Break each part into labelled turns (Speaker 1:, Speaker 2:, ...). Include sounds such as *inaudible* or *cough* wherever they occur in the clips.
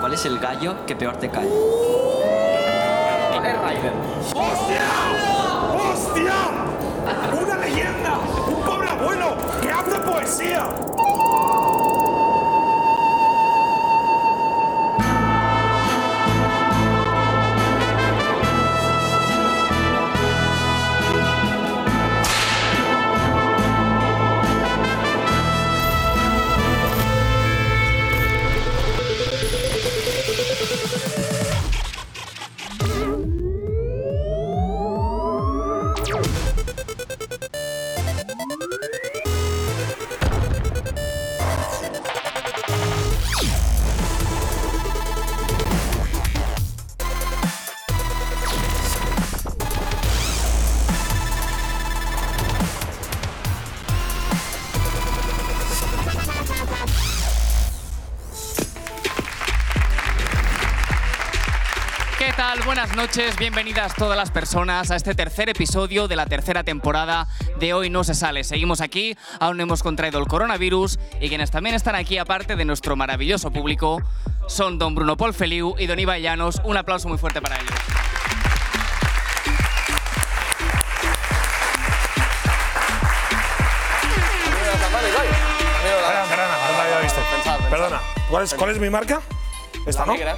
Speaker 1: ¿Cuál es el gallo que peor te cae?
Speaker 2: Es Raiden.
Speaker 3: ¡Hostia! ¡Hostia! ¡Una leyenda! ¡Un pobre abuelo que hace poesía!
Speaker 4: ¿Qué tal? Buenas noches, bienvenidas todas las personas a este tercer episodio de la tercera temporada de Hoy No Se Sale. Seguimos aquí, aún no hemos contraído el coronavirus y quienes también están aquí, aparte de nuestro maravilloso público, son don Bruno Polfeliu y don Ibai Llanos. Un aplauso muy fuerte para ellos.
Speaker 3: Perdona, perdona, no la había visto. Perdona, ¿cuál es, cuál es mi marca? Esta,
Speaker 2: La
Speaker 3: ¿no?
Speaker 2: negra.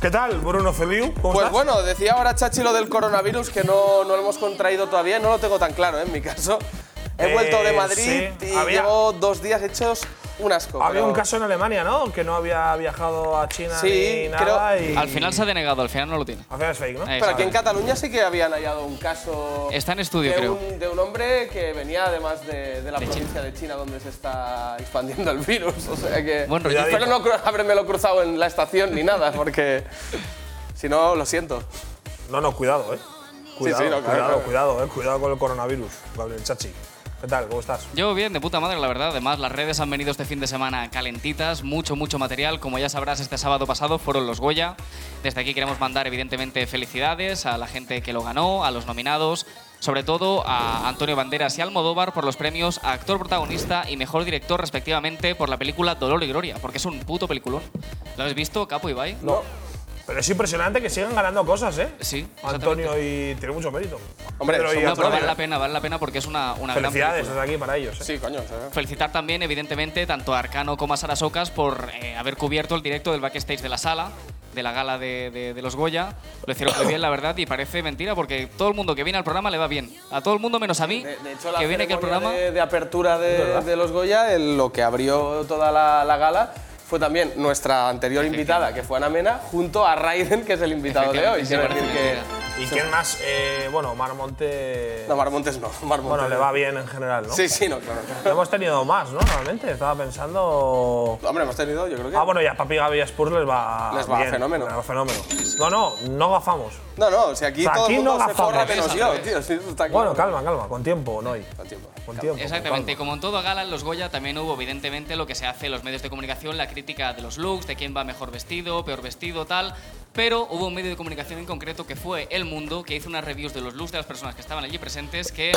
Speaker 3: ¿Qué tal, Bruno Feliu? ¿Cómo
Speaker 2: Pues
Speaker 3: estás?
Speaker 2: bueno, decía ahora Chachi lo del coronavirus que no, no lo hemos contraído todavía, no lo tengo tan claro ¿eh? en mi caso. He
Speaker 3: Eh,
Speaker 2: vuelto de Madrid
Speaker 3: sí,
Speaker 2: y
Speaker 3: había-
Speaker 2: llevo dos días hechos un asco.
Speaker 3: Había
Speaker 2: pero-
Speaker 3: un caso en Alemania, ¿no? Que no había viajado a China
Speaker 2: Sí,
Speaker 3: ni nada.
Speaker 2: creo-
Speaker 3: y-
Speaker 4: Al final se ha denegado, al final no lo tiene.
Speaker 3: Al final es fake, ¿no?
Speaker 4: Eh,
Speaker 2: Pero aquí en Cataluña sí que habían hallado un caso.
Speaker 4: Está en estudio,
Speaker 2: de
Speaker 4: creo.
Speaker 2: Un, de un hombre que venía además de, de la provincia de China donde se está expandiendo el virus. O sea que.
Speaker 4: Buen rollo.
Speaker 2: Espero no cru- habérmelo cruzado en la estación ni nada, porque. Si no, lo siento.
Speaker 3: No, no, cuidado, ¿eh? Cuidado,
Speaker 2: sí, no, claro,
Speaker 3: cuidado,
Speaker 2: claro.
Speaker 3: cuidado, ¿eh? Cuidado con el coronavirus, Gabriel Chachi. ¿Qué tal? ¿Cómo estás?
Speaker 4: Yo bien, de puta madre, la verdad. Además, las redes han venido este fin de semana calentitas, mucho, mucho material. Como ya sabrás, este sábado pasado fueron los Goya. Desde aquí queremos mandar, evidentemente, felicidades a la gente que lo ganó, a los nominados, sobre todo a Antonio Banderas y Almodóvar por los premios a actor protagonista y mejor director, respectivamente, por la película Dolor y Gloria, porque es un puto peliculón. ¿Lo habéis visto, Capo Ibai?
Speaker 2: No.
Speaker 3: Pero es impresionante que sigan ganando cosas, ¿eh?
Speaker 4: Sí, exactamente.
Speaker 3: Antonio y tiene mucho mérito.
Speaker 2: Hombre,
Speaker 3: Pedro y
Speaker 2: son
Speaker 4: No, pero
Speaker 3: Antonio.
Speaker 4: vale la pena, vale la pena porque es una, una gran
Speaker 3: Felicidades
Speaker 4: película.
Speaker 3: desde aquí para ellos. ¿eh?
Speaker 2: Sí, coño. o sea,
Speaker 4: Felicitar también, evidentemente, tanto a Arcano como a Sara Socas por eh, haber cubierto el directo del backstage de la sala, de la gala de, de- de los Goya. Lo hicieron muy bien, la verdad, y parece mentira porque todo el mundo que viene al programa le va bien. A todo el mundo menos a mí,
Speaker 2: De, de hecho, la
Speaker 4: que viene aquí al
Speaker 2: ceremonia
Speaker 4: programa.
Speaker 2: de, de apertura de, de los Goya, el- lo que abrió toda la, la gala, fue también nuestra anterior invitada, que fue Ana Mena, junto a Raiden, que es el invitado de hoy.
Speaker 4: Efectivamente,
Speaker 2: Quiero
Speaker 4: sí, parece
Speaker 2: decir que.
Speaker 4: mentira.
Speaker 3: ¿Y quién más? Eh, bueno, Mar Monte.
Speaker 2: No, Marmontes no. Marmontes
Speaker 3: bueno, le
Speaker 2: no.
Speaker 3: va bien en general, ¿no?
Speaker 2: Sí, sí, no, claro. claro.
Speaker 3: No hemos tenido más, ¿no? Realmente, estaba pensando.
Speaker 2: Hombre, hemos tenido, yo creo que.
Speaker 3: Ah, bueno, ya Papi Gaby y Spurs les va.
Speaker 2: Les va
Speaker 3: bien,
Speaker 2: fenómeno.
Speaker 3: les va fenómeno. No, no, no gafamos.
Speaker 2: No, no, o sea, aquí
Speaker 3: O sea,
Speaker 2: todo
Speaker 3: aquí
Speaker 2: el mundo
Speaker 3: no
Speaker 2: se
Speaker 3: gafamos.
Speaker 2: forra menos
Speaker 4: Es
Speaker 2: yo,
Speaker 4: al
Speaker 2: tío. Sí, eso está
Speaker 3: Bueno,
Speaker 2: claro.
Speaker 3: calma, calma, con tiempo, no hoy.
Speaker 2: Con tiempo.
Speaker 3: Con tiempo. con
Speaker 4: Exactamente, y
Speaker 3: calma.
Speaker 4: como en toda gala en los Goya también hubo evidentemente lo que se hace en los medios de comunicación, la crítica de los looks, de quién va mejor vestido, peor vestido, tal. Pero hubo un medio de comunicación en concreto que fue El Mundo, que hizo unas reviews de los looks de las personas que estaban allí presentes, que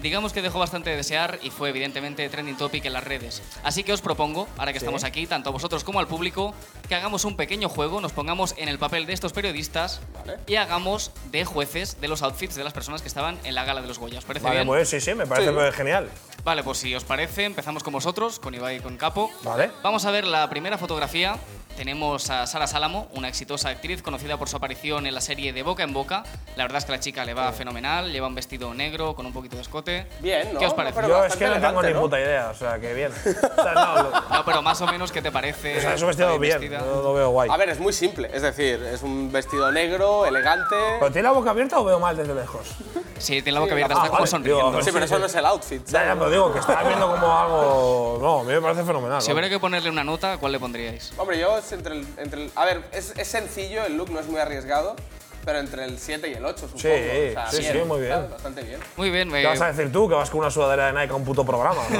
Speaker 4: digamos que dejó bastante de desear y fue evidentemente trending topic en las redes. Así que os propongo, ahora que estamos aquí, tanto a vosotros como al público, que hagamos un pequeño juego, nos pongamos en el papel de estos periodistas
Speaker 2: Vale.
Speaker 4: y hagamos de jueces de los outfits de las personas que estaban en la gala de los Goya. ¿Os parece
Speaker 3: Vale,
Speaker 4: bien?
Speaker 3: pues sí, sí, me parece
Speaker 2: Sí.
Speaker 3: pues, genial.
Speaker 4: Vale, pues si os parece, empezamos con vosotros, con Ibai y con Capo.
Speaker 3: Vale.
Speaker 4: Vamos a ver la primera fotografía. Tenemos a Sara Salamo, una exitosa actriz conocida por su aparición en la serie De Boca en Boca. La verdad es que la chica le va fenomenal, lleva un vestido negro con un poquito de escote.
Speaker 2: Bien, ¿no?
Speaker 4: ¿Qué os parece?
Speaker 2: Pero
Speaker 3: Yo es
Speaker 2: bastante
Speaker 3: que no tengo
Speaker 2: elegante,
Speaker 3: ni
Speaker 2: ¿no?
Speaker 3: puta idea, o sea, que
Speaker 2: *laughs*
Speaker 3: bien. O sea, no, lo- o
Speaker 4: No, pero más o menos, ¿qué te parece?
Speaker 3: sea, es un
Speaker 4: Está
Speaker 3: vestido bien,
Speaker 4: vestida.
Speaker 3: lo, lo veo guay.
Speaker 2: A ver, es muy simple. Es decir, es un vestido negro, elegante.
Speaker 3: ¿Pero tiene la boca abierta o veo mal desde lejos?
Speaker 4: Sí, tiene la boca abierta,
Speaker 3: Ah,
Speaker 4: está como
Speaker 3: vale,
Speaker 4: sonriendo.
Speaker 3: digo,
Speaker 2: Sí, pero
Speaker 3: sí,
Speaker 2: eso
Speaker 3: sí.
Speaker 2: no es el outfit.
Speaker 3: Ya, ya,
Speaker 2: ¿sabes?
Speaker 3: pero digo que está viendo como algo. No, a mí me parece fenomenal.
Speaker 4: Si
Speaker 3: vamos.
Speaker 4: hubiera que ponerle una nota, ¿cuál le pondríais?
Speaker 2: Hombre, yo es entre el. entre el- a ver, es, es sencillo, el look no es muy arriesgado, pero entre el 7 y el 8, supongo.
Speaker 3: Sí, sí, sí, muy bien.
Speaker 2: ¿sabes? Bastante bien.
Speaker 4: Muy bien, eh,
Speaker 3: ¿Qué vas a decir tú? Que vas con una sudadera de Nike a un puto programa. O sea,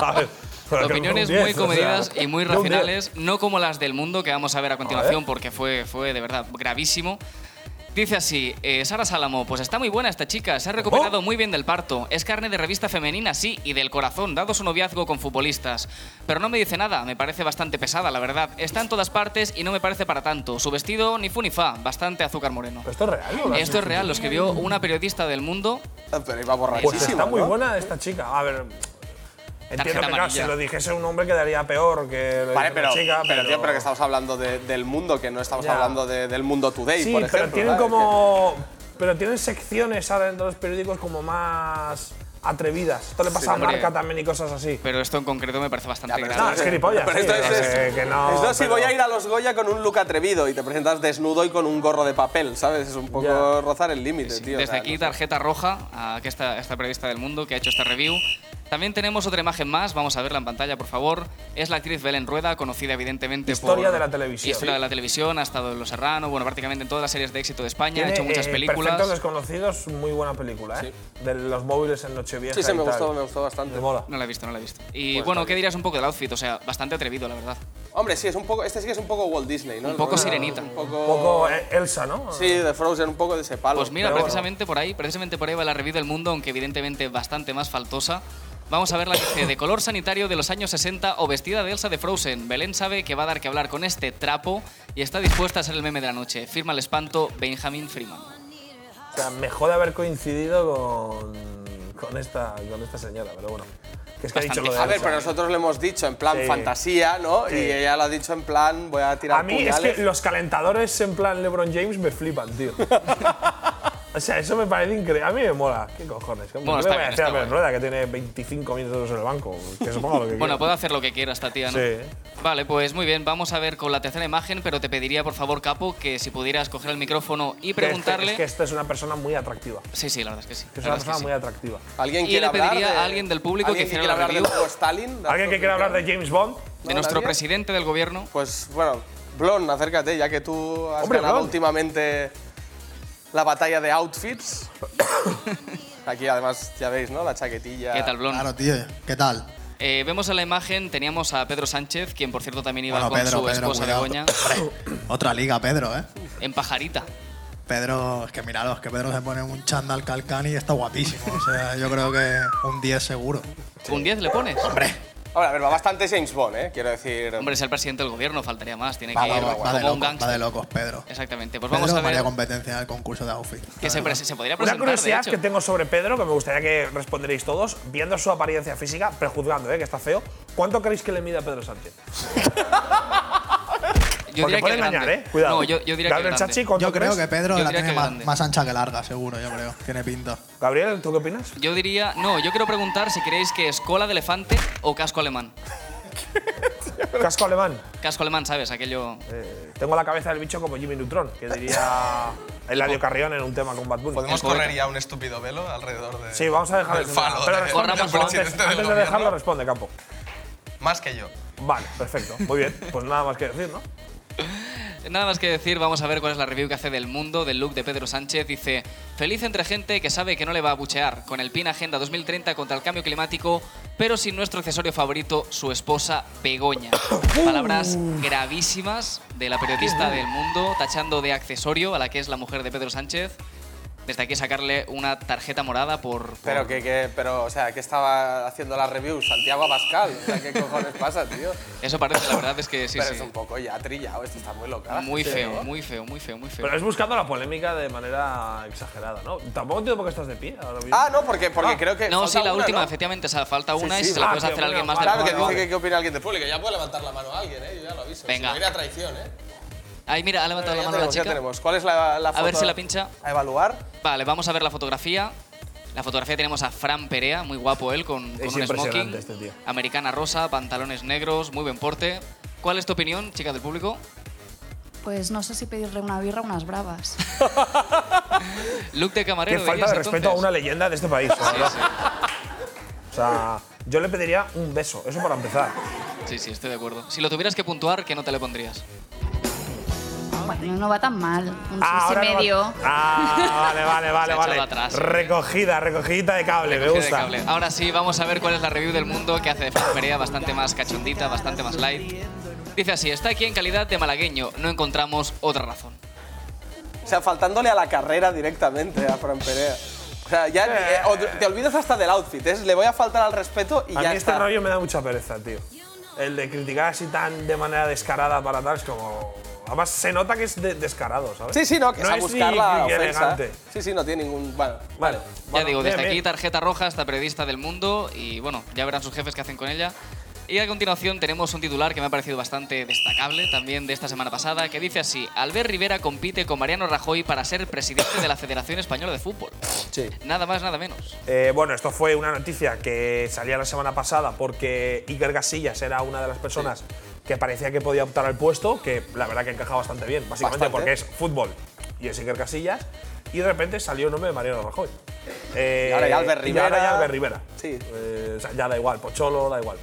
Speaker 3: no, ¿Sabes? Pero que
Speaker 4: Opiniones
Speaker 3: no un
Speaker 4: muy
Speaker 3: 10, o sea,
Speaker 4: comedidas y muy
Speaker 3: no un 10.
Speaker 4: racionales, no como las del mundo que vamos a ver a continuación porque fue, fue de verdad gravísimo. Dice así, eh, Sara Salamo, pues está muy buena esta chica, se ha recuperado muy bien del parto, es carne de revista femenina, sí, y del corazón, dado su noviazgo con futbolistas. Pero no me dice nada, me parece bastante pesada, la verdad. Está en todas partes y no me parece para tanto. Su vestido ni fu ni fa, bastante azúcar moreno.
Speaker 3: Pero esto es real, ¿no?
Speaker 4: Esto es real, lo escribió una periodista del mundo.
Speaker 2: Ah, Pero iba borrachísima.
Speaker 3: Pues está muy
Speaker 2: ¿no?
Speaker 3: buena esta chica. A ver. Entiendo que claro,
Speaker 4: amarilla.
Speaker 3: si lo dijese un hombre quedaría peor que lo
Speaker 2: Vale,
Speaker 3: dice
Speaker 2: pero,
Speaker 3: una eh, chica.
Speaker 2: pero, tío, pero que estamos hablando de- del mundo, que no estamos
Speaker 3: Ya.
Speaker 2: hablando de- del mundo today,
Speaker 3: Sí,
Speaker 2: por
Speaker 3: pero
Speaker 2: ejemplo.
Speaker 3: tienen
Speaker 2: ¿sabes?
Speaker 3: como. Pero tienen secciones ahora dentro de los periódicos como más atrevidas. Esto le pasa a
Speaker 4: hombre.
Speaker 3: Marca también y cosas así.
Speaker 4: Pero esto en concreto me parece bastante
Speaker 2: pero
Speaker 4: grave.
Speaker 3: No, es gilipollas.
Speaker 2: Pero
Speaker 3: sí,
Speaker 2: esto es,
Speaker 3: que-
Speaker 2: es-
Speaker 3: que no,
Speaker 2: es no, si
Speaker 3: pero-
Speaker 2: voy a ir a los Goya con un look atrevido y te presentas desnudo y con un gorro de papel, ¿sabes? Es un poco
Speaker 3: Ya.
Speaker 2: rozar el límite,
Speaker 4: Sí,
Speaker 2: tío. o
Speaker 4: Desde
Speaker 2: sea,
Speaker 4: aquí,
Speaker 2: no sé.
Speaker 4: tarjeta roja a que esta, esta periodista del mundo que ha hecho esta review. También tenemos otra imagen más, vamos a verla en pantalla, por favor. Es la actriz Belén Rueda, conocida evidentemente por.
Speaker 3: Historia de la televisión.
Speaker 4: Historia
Speaker 3: Sí.
Speaker 4: de la televisión, ha estado en Los Serrano, bueno, prácticamente en todas las series de éxito de España, ha hecho
Speaker 3: Tiene,
Speaker 4: muchas
Speaker 3: eh,
Speaker 4: películas.
Speaker 3: Perfectos desconocidos, muy buena película, ¿eh? De los móviles en Nochevieja.
Speaker 2: Sí, sí,
Speaker 3: y
Speaker 2: me
Speaker 3: tal.
Speaker 2: gustó, me gustó bastante.
Speaker 3: Me mola.
Speaker 4: No la he visto, no la he visto. Y
Speaker 3: Pues
Speaker 4: bueno, ¿qué dirías un poco del outfit? O sea, bastante atrevido, la verdad.
Speaker 2: Hombre, sí, es un poco, este sí que es un poco Walt Disney, ¿no?
Speaker 4: Un
Speaker 2: El
Speaker 4: poco
Speaker 2: rollo,
Speaker 4: sirenita.
Speaker 2: Un
Speaker 3: Un
Speaker 2: poco...
Speaker 3: poco eh, Elsa, ¿no?
Speaker 2: Sí, de Frozen, un poco de ese palo.
Speaker 4: Pues mira,
Speaker 3: Pero bueno.
Speaker 4: precisamente por ahí, precisamente por ahí va la review del mundo, aunque evidentemente bastante más faltosa. Vamos a ver la que dice, de color sanitario de los años 60 o vestida de Elsa de Frozen. Belén sabe que va a dar que hablar con este trapo y está dispuesta a ser el meme de la noche. Firma el espanto Benjamin Freeman.
Speaker 3: O sea, me jode haber coincidido con, con, esta, con esta señora, pero bueno. Que es que ha dicho
Speaker 4: Bastante.
Speaker 3: lo de
Speaker 2: A ver,
Speaker 3: Elsa.
Speaker 2: pero ¿eh? nosotros le hemos dicho en plan
Speaker 3: Sí.
Speaker 2: fantasía, ¿no?
Speaker 3: Sí.
Speaker 2: Y ella lo ha dicho en plan voy a tirar
Speaker 3: A mí es
Speaker 2: puñales.
Speaker 3: que los calentadores en plan LeBron James me flipan,
Speaker 2: *laughs*
Speaker 3: tío. O sea, eso me parece increíble. A mí me mola. ¿Qué cojones? ¿Qué
Speaker 4: Bueno,
Speaker 3: me
Speaker 4: está
Speaker 3: voy a
Speaker 4: bien,
Speaker 3: decir a
Speaker 4: está
Speaker 3: Pérez
Speaker 4: guay.
Speaker 3: Rueda que tiene 25 minutos en el banco? Que se ponga lo que
Speaker 4: *laughs* Bueno,
Speaker 3: quiera.
Speaker 4: puedo hacer lo que quiera esta tía, ¿no?
Speaker 3: Sí.
Speaker 4: Vale, pues muy bien, vamos a ver con la tercera imagen, pero te pediría por favor, Capo, que si pudieras coger el micrófono y
Speaker 3: Que este-
Speaker 4: preguntarle...
Speaker 3: es que esta es una persona muy atractiva.
Speaker 4: Sí, sí, la verdad es que sí.
Speaker 3: Que es
Speaker 4: la
Speaker 3: una
Speaker 4: verdad es que
Speaker 3: persona
Speaker 4: sí.
Speaker 3: muy atractiva.
Speaker 2: ¿Alguien
Speaker 4: Y
Speaker 2: quiere
Speaker 4: le
Speaker 2: hablar
Speaker 4: pediría
Speaker 2: de-
Speaker 4: a alguien del público que
Speaker 2: ¿Alguien
Speaker 4: hiciera
Speaker 2: quiere
Speaker 4: la
Speaker 2: hablar del
Speaker 4: review?
Speaker 2: nuevo Stalin?
Speaker 3: ¿Alguien que quiera hablar de James Bond?
Speaker 4: De nuestro
Speaker 2: ¿Nadie?
Speaker 4: presidente del gobierno.
Speaker 2: Pues bueno, Blon, acércate, ya que tú has
Speaker 3: Hombre,
Speaker 2: ganado
Speaker 3: Blon.
Speaker 2: últimamente la batalla
Speaker 3: *coughs*
Speaker 2: de outfits. Aquí además ya veis, ¿no? La chaquetilla.
Speaker 4: ¿Qué tal, Blon?
Speaker 5: Claro, tío, ¿qué tal?
Speaker 4: Eh, vemos en la imagen, teníamos a Pedro Sánchez, quien por cierto también iba
Speaker 5: Bueno,
Speaker 4: con
Speaker 5: Pedro,
Speaker 4: su
Speaker 5: Pedro,
Speaker 4: esposa
Speaker 5: cuidado.
Speaker 4: Begoña,
Speaker 5: *coughs* Otra liga, Pedro, ¿eh?
Speaker 4: en pajarita.
Speaker 5: Pedro, es que miraros, que Pedro se pone un chándal calcán y está guapísimo. O sea, yo creo que un 10 seguro.
Speaker 4: ¿Un 10 le pones?
Speaker 5: Hombre,
Speaker 2: Ahora, a ver, va bastante James Bond, ¿eh? Quiero decir.
Speaker 4: Hombre, es el presidente del gobierno, faltaría más, tiene
Speaker 5: va,
Speaker 4: que
Speaker 5: va,
Speaker 4: ir
Speaker 5: va,
Speaker 4: como
Speaker 5: va de
Speaker 4: un
Speaker 5: locos,
Speaker 4: gangster.
Speaker 5: va de locos, Pedro.
Speaker 4: Exactamente, pues
Speaker 5: Pedro
Speaker 4: vamos a
Speaker 5: haría
Speaker 4: ver
Speaker 5: competencia en el concurso de outfit.
Speaker 4: que se, pres- se podría
Speaker 3: Una
Speaker 4: presentar, de
Speaker 3: curiosidad
Speaker 4: hecho.
Speaker 3: que tengo sobre Pedro, que me gustaría que responderéis todos, viendo su apariencia física, prejuzgando, ¿eh? que está feo, ¿cuánto creéis que le mide a Pedro Sánchez?
Speaker 4: Yo
Speaker 3: Porque
Speaker 4: diría
Speaker 3: puede
Speaker 4: que
Speaker 3: engañar,
Speaker 4: grande.
Speaker 3: ¿eh? Cuidado.
Speaker 4: No, yo, yo diría
Speaker 3: Gabriel
Speaker 4: que grande.
Speaker 3: Chachi, ¿cuánto
Speaker 5: Yo creo
Speaker 3: crees?
Speaker 5: que Pedro
Speaker 4: Yo
Speaker 5: la
Speaker 4: diría
Speaker 5: tiene
Speaker 4: que
Speaker 5: más,
Speaker 4: grande.
Speaker 5: más ancha que larga, seguro, yo creo. Tiene pinta.
Speaker 3: Gabriel, ¿tú qué
Speaker 5: *laughs*
Speaker 3: opinas?
Speaker 4: Yo diría, no, yo quiero preguntar si creéis que es cola de elefante o casco alemán.
Speaker 3: Casco alemán.
Speaker 4: Casco alemán, ¿sabes? Aquello...
Speaker 3: Eh, tengo la cabeza del bicho como Jimmy Neutron, que
Speaker 4: *laughs*
Speaker 3: diría Eladio Carrión en un tema con Bad Bunny.
Speaker 4: El poeta.
Speaker 6: ya un estúpido velo alrededor de.
Speaker 3: Sí, vamos a dejar
Speaker 6: el
Speaker 3: eso.
Speaker 6: falo.
Speaker 3: Pero
Speaker 6: de- del
Speaker 3: responde,
Speaker 4: *laughs* Corramos
Speaker 3: Campo, antes,
Speaker 6: presidente del
Speaker 3: antes de
Speaker 6: gobierno.
Speaker 3: dejarlo, responde, Campo.
Speaker 6: Más que yo.
Speaker 3: Vale, perfecto. Muy bien. Pues nada más que decir, ¿no?
Speaker 4: Eh, Nada más que decir, vamos a ver cuál es la review que hace del mundo, del look de Pedro Sánchez. Dice, feliz entre gente que sabe que no le va a buchear, con el PIN Agenda 2030 contra el cambio climático, pero sin nuestro accesorio favorito, su esposa Begoña. Palabras gravísimas de la periodista del mundo, tachando de accesorio a la que es la mujer de Pedro Sánchez. Desde aquí sacarle una tarjeta morada por... por-
Speaker 2: Pero que, que- pero, o sea, que estaba haciendo la review Santiago Abascal. O sea,
Speaker 4: *laughs*
Speaker 2: ¿qué cojones pasa, tío?
Speaker 4: Eso parece, la verdad es que sí,
Speaker 2: pero
Speaker 4: sí.
Speaker 2: es un poco ya trillado, esto está muy loca.
Speaker 4: Muy feo, muy feo, muy feo, muy feo.
Speaker 3: Pero es buscando la polémica de manera exagerada, ¿no? Tampoco entiendo por qué estás de pie ahora mismo.
Speaker 2: Ah, no, porque, porque
Speaker 3: Ah.
Speaker 2: creo que.
Speaker 4: No,
Speaker 2: falta
Speaker 4: sí, la
Speaker 2: una,
Speaker 4: última,
Speaker 2: ¿no?
Speaker 4: efectivamente, o sea, falta una y
Speaker 3: sí.
Speaker 4: si se la
Speaker 3: Ah,
Speaker 4: puedes
Speaker 3: tío,
Speaker 4: hacer a alguien
Speaker 3: bueno,
Speaker 4: más del
Speaker 2: Claro, que
Speaker 4: público.
Speaker 2: dice que, que opina alguien del público. Ya puede levantar la mano alguien, ¿eh? Yo ya lo aviso.
Speaker 4: Venga.
Speaker 2: Si no, iré a traición, ¿eh?
Speaker 4: Ahí, mira, ha levantado la
Speaker 2: Ya
Speaker 4: mano la
Speaker 2: tenemos, ya
Speaker 4: chica.
Speaker 2: tenemos. ¿Cuál es la, la
Speaker 4: A
Speaker 2: foto
Speaker 4: ver si la pincha.
Speaker 2: A evaluar.
Speaker 4: Vale, vamos a ver la fotografía. La fotografía tenemos a Fran Perea, muy guapo él, con, con
Speaker 3: Es
Speaker 4: un
Speaker 3: impresionante
Speaker 4: smoking.
Speaker 3: este tío.
Speaker 4: Americana rosa, pantalones negros, muy buen porte. ¿Cuál es tu opinión, chica del público?
Speaker 7: Pues no sé si pedirle una birra o unas bravas.
Speaker 4: Look de
Speaker 3: Qué
Speaker 4: camarero.
Speaker 3: falta de
Speaker 4: dirías,
Speaker 3: respeto a
Speaker 4: entonces?
Speaker 3: una leyenda de este país. *laughs* la verdad. O sea, yo le pediría un beso, eso para empezar.
Speaker 4: Sí, sí, estoy de acuerdo. Si lo tuvieras que puntuar, ¿qué no te le pondrías?
Speaker 7: Bueno, no va tan mal. Un
Speaker 3: Ah,
Speaker 7: seis
Speaker 3: ahora
Speaker 7: y
Speaker 3: no va-
Speaker 7: medio.
Speaker 3: Ah, vale, vale,
Speaker 4: *laughs* Se
Speaker 3: vale,
Speaker 4: ha
Speaker 3: vale.
Speaker 4: echado atrás.
Speaker 3: Recogida, recogidita de cable, me
Speaker 4: Cogida de
Speaker 3: gusta.
Speaker 4: cable. Ahora sí, vamos a ver cuál es la review del mundo que hace de Fran Perea, bastante más cachondita, bastante más light. Dice así, está aquí en calidad de malagueño, no encontramos otra razón.
Speaker 2: O sea, faltándole a la carrera directamente a Fran Perea. O sea, ya eh, o te- te olvidas hasta del outfit, es, le voy a faltar al respeto y
Speaker 3: a
Speaker 2: ya
Speaker 3: mí
Speaker 2: está.
Speaker 3: este rollo me da mucha pereza, tío. El de criticar así tan de manera descarada para tal es como. Además, se nota que es de- descarado, ¿sabes?
Speaker 2: Sí, sí, no, que es a
Speaker 3: es ni-
Speaker 2: buscar la
Speaker 3: ni
Speaker 2: ofensa.
Speaker 3: elegante.
Speaker 2: Sí, sí, no tiene ningún. Bueno,
Speaker 3: Vale.
Speaker 4: Ya digo, desde aquí
Speaker 3: bien, bien.
Speaker 4: tarjeta roja esta periodista del mundo y bueno, ya verán sus jefes qué hacen con ella. Y a continuación tenemos un titular que me ha parecido bastante destacable también de esta semana pasada, que dice así, Albert Rivera compite con Mariano Rajoy para ser presidente de la Federación Española de Fútbol.
Speaker 2: Sí.
Speaker 4: Nada más, nada menos.
Speaker 3: Eh, bueno, esto fue una noticia que salía la semana pasada porque Iker Casillas era una de las personas que parecía que podía optar al puesto, que la verdad que encaja bastante bien, básicamente
Speaker 2: Bastante.
Speaker 3: porque es fútbol y es Iker Casillas, y de repente salió el nombre de Mariano Rajoy. Eh,
Speaker 2: Y ahora ya Albert
Speaker 3: Y ahora
Speaker 2: Rivera.
Speaker 3: ya Albert Rivera.
Speaker 2: Sí.
Speaker 3: Eh, o sea, ya da igual, Pocholo, da igual.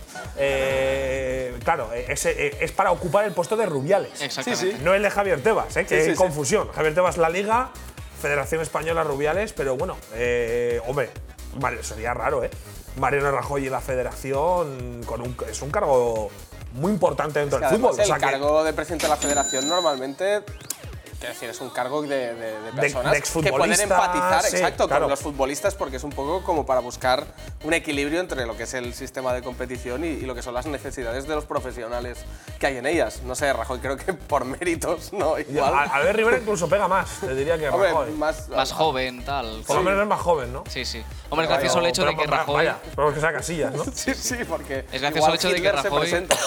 Speaker 3: Eh, claro, eh, ese, eh, es para ocupar el puesto de Rubiales.
Speaker 4: Exactamente.
Speaker 3: No el de Javier Tebas, ¿eh? que
Speaker 2: Sí, sí, sí.
Speaker 3: confusión. Javier Tebas la Liga, Federación Española Rubiales, pero bueno, eh, hombre, vale, sería raro, ¿eh? Mariano Rajoy y la Federación con un, es un cargo muy importante dentro
Speaker 2: Que
Speaker 3: del fútbol. o
Speaker 2: además
Speaker 3: sea
Speaker 2: pues el
Speaker 3: que
Speaker 2: cargo de presidente de la federación normalmente. Quiero decir, es un cargo de, de- de personas que pueden
Speaker 3: exfutbolistas,
Speaker 2: empatizar
Speaker 3: sí,
Speaker 2: exacto,
Speaker 3: claro.
Speaker 2: con los futbolistas porque es un poco como para buscar un equilibrio entre lo que es el sistema de competición y, y lo que son las necesidades de los profesionales que hay en ellas. No sé, Rajoy, creo que por méritos, ¿no?
Speaker 3: y a-
Speaker 2: Igual.
Speaker 3: a ver, Rivera incluso pega más, te diría que
Speaker 2: Hombre,
Speaker 3: Rajoy.
Speaker 2: más,
Speaker 4: Más joven, tal.
Speaker 3: Por lo menos es más joven, ¿no?
Speaker 4: Sí, sí. Hombre, es gracioso el hecho de que
Speaker 3: Pero,
Speaker 4: Rajoy...
Speaker 3: Vaya, pero que sea Casillas,
Speaker 2: *laughs*
Speaker 3: ¿no?
Speaker 2: *laughs* Sí, sí, porque.
Speaker 4: Es gracias
Speaker 2: igual
Speaker 4: al hecho de que
Speaker 2: Hitler se
Speaker 4: Rajoy
Speaker 2: presenta.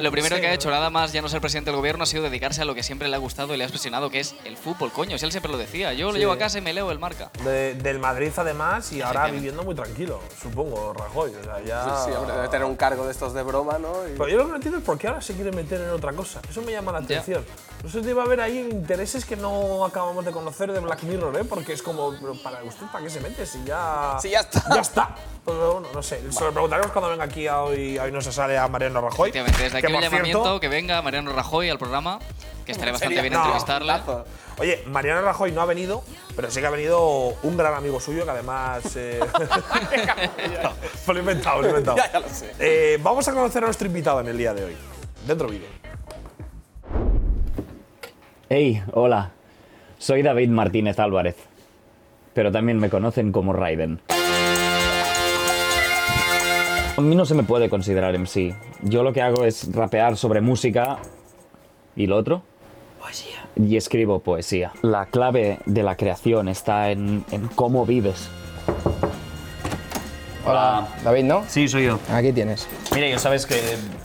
Speaker 4: lo primero que ha hecho nada más ya no ser presidente del gobierno ha sido dedicarse a lo que siempre le ha gustado y le ha obsesionado, que es el fútbol, coño. Si él siempre lo decía, yo lo llevo a casa y me leo el marca.
Speaker 3: De- del Madrid además y ahora
Speaker 4: Efectivamente.
Speaker 3: viviendo muy tranquilo, supongo, Rajoy. O sea, ya...
Speaker 2: *laughs* Sí, hombre, debe tener un cargo de estos de broma, ¿no? Y-
Speaker 3: Pero yo lo que no entiendo es por qué ahora se quiere meter en otra cosa. Eso me llama la
Speaker 4: Ya.
Speaker 3: atención. No sé, debe haber ahí intereses que no acabamos de conocer de Black Mirror, ¿eh? Porque es como, pero para usted, ¿para qué se mete? Si ya.
Speaker 2: Sí, ya está.
Speaker 3: Ya está. Pero bueno, no sé. Se lo preguntaremos cuando venga aquí a hoy, a hoy no se sale a Mariano Rajoy.
Speaker 4: Efectivamente, desde aquí
Speaker 3: que,
Speaker 4: un
Speaker 3: por
Speaker 4: llamamiento
Speaker 3: cierto,
Speaker 4: que venga Mariano Rajoy al programa, que estaré bastante
Speaker 2: Sería-
Speaker 4: bien
Speaker 3: No.
Speaker 4: entrevistarle.
Speaker 2: Tazo.
Speaker 3: Oye, Mariano Rajoy no ha venido, pero sí que ha venido un gran amigo suyo que además. eh, *laughs* lo he inventado, lo he inventado.
Speaker 2: Ya, ya lo sé.
Speaker 3: Eh, vamos a conocer a nuestro invitado en el día de hoy. Dentro vídeo.
Speaker 8: Hey, hola. Soy David Martínez Álvarez. Pero también me conocen como Raiden. A mí no se me puede considerar MC. Yo lo que hago es rapear sobre música. ¿Y lo otro? Poesía. Y escribo poesía. La clave de la creación está en, en cómo vives. Hola.
Speaker 9: David, ¿no?
Speaker 8: Sí, soy yo.
Speaker 9: Aquí tienes.
Speaker 8: Mira, yo sabes que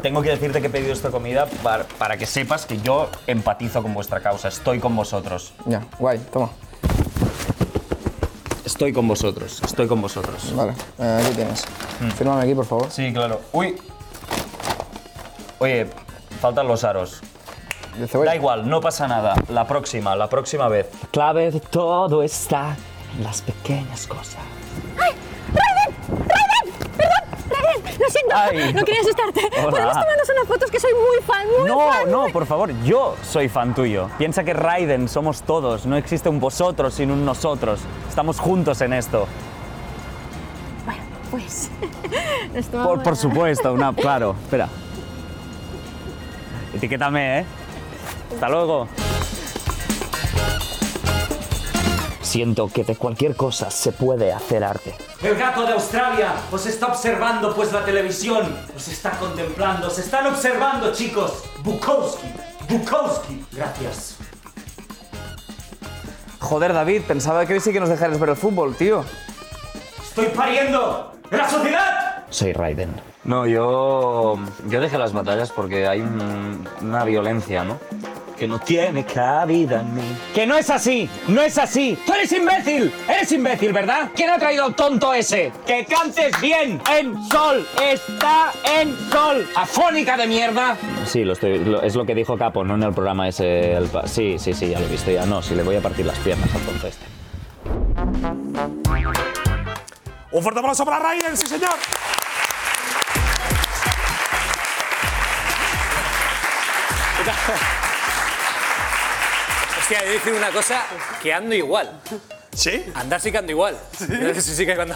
Speaker 8: tengo que decirte que he pedido esta comida para, para que sepas que yo empatizo con vuestra causa, estoy con vosotros.
Speaker 9: Ya, guay, toma.
Speaker 8: Estoy con vosotros, estoy con vosotros.
Speaker 9: Vale, eh, aquí tienes.
Speaker 3: Mm.
Speaker 9: Fírmame aquí, por favor.
Speaker 8: Sí, claro. Uy. Oye, faltan los aros.
Speaker 9: De cebolla.
Speaker 8: Da igual, no pasa nada. La próxima, la próxima vez. Clave de todo está en las pequeñas cosas.
Speaker 10: Lo siento,
Speaker 8: Ay.
Speaker 10: no quería asustarte.
Speaker 8: Hola.
Speaker 10: Podemos tomarnos unas fotos que soy muy fan, muy
Speaker 8: No,
Speaker 10: fan.
Speaker 8: no, por favor, yo soy fan tuyo. Piensa que Raiden somos todos, no existe un vosotros sin un nosotros. Estamos juntos en esto.
Speaker 10: Bueno,
Speaker 8: *laughs*
Speaker 10: pues. nos tomamos
Speaker 8: Por, por
Speaker 10: la-
Speaker 8: supuesto, *laughs* una, claro. Espera. Etiquétame, ¿eh? Hasta luego. Siento que de cualquier cosa se puede hacer arte.
Speaker 11: El gato de Australia os está observando, pues la televisión os está contemplando, os están observando, chicos. Bukowski, Bukowski, gracias.
Speaker 9: Joder, David, pensaba que hoy sí que nos dejarías ver el fútbol, tío.
Speaker 11: Estoy pariendo en la sociedad.
Speaker 8: Soy Raiden. No, yo. Yo dejé las batallas porque hay un- una violencia, ¿no? Que no tiene cabida en mí. ¡Que no es así! ¡No es así! ¡Tú eres imbécil! ¡Eres imbécil, ¿verdad? ¿Quién ha traído al tonto ese? ¡Que cantes bien! ¡En sol! ¡Está en sol! ¡Afónica de mierda! Sí, lo estoy, lo- es lo que dijo Capo, ¿no? En el programa ese. el pa- sí, sí, sí, ya lo he visto ya. No, si le voy a partir las piernas al tonto este.
Speaker 3: Un fuerte aplauso para Raiden, sí señor.
Speaker 11: Hostia, yo decir una cosa que ando igual.
Speaker 3: ¿Sí?
Speaker 11: Andar sí que ando igual. Sí, sí que cuando,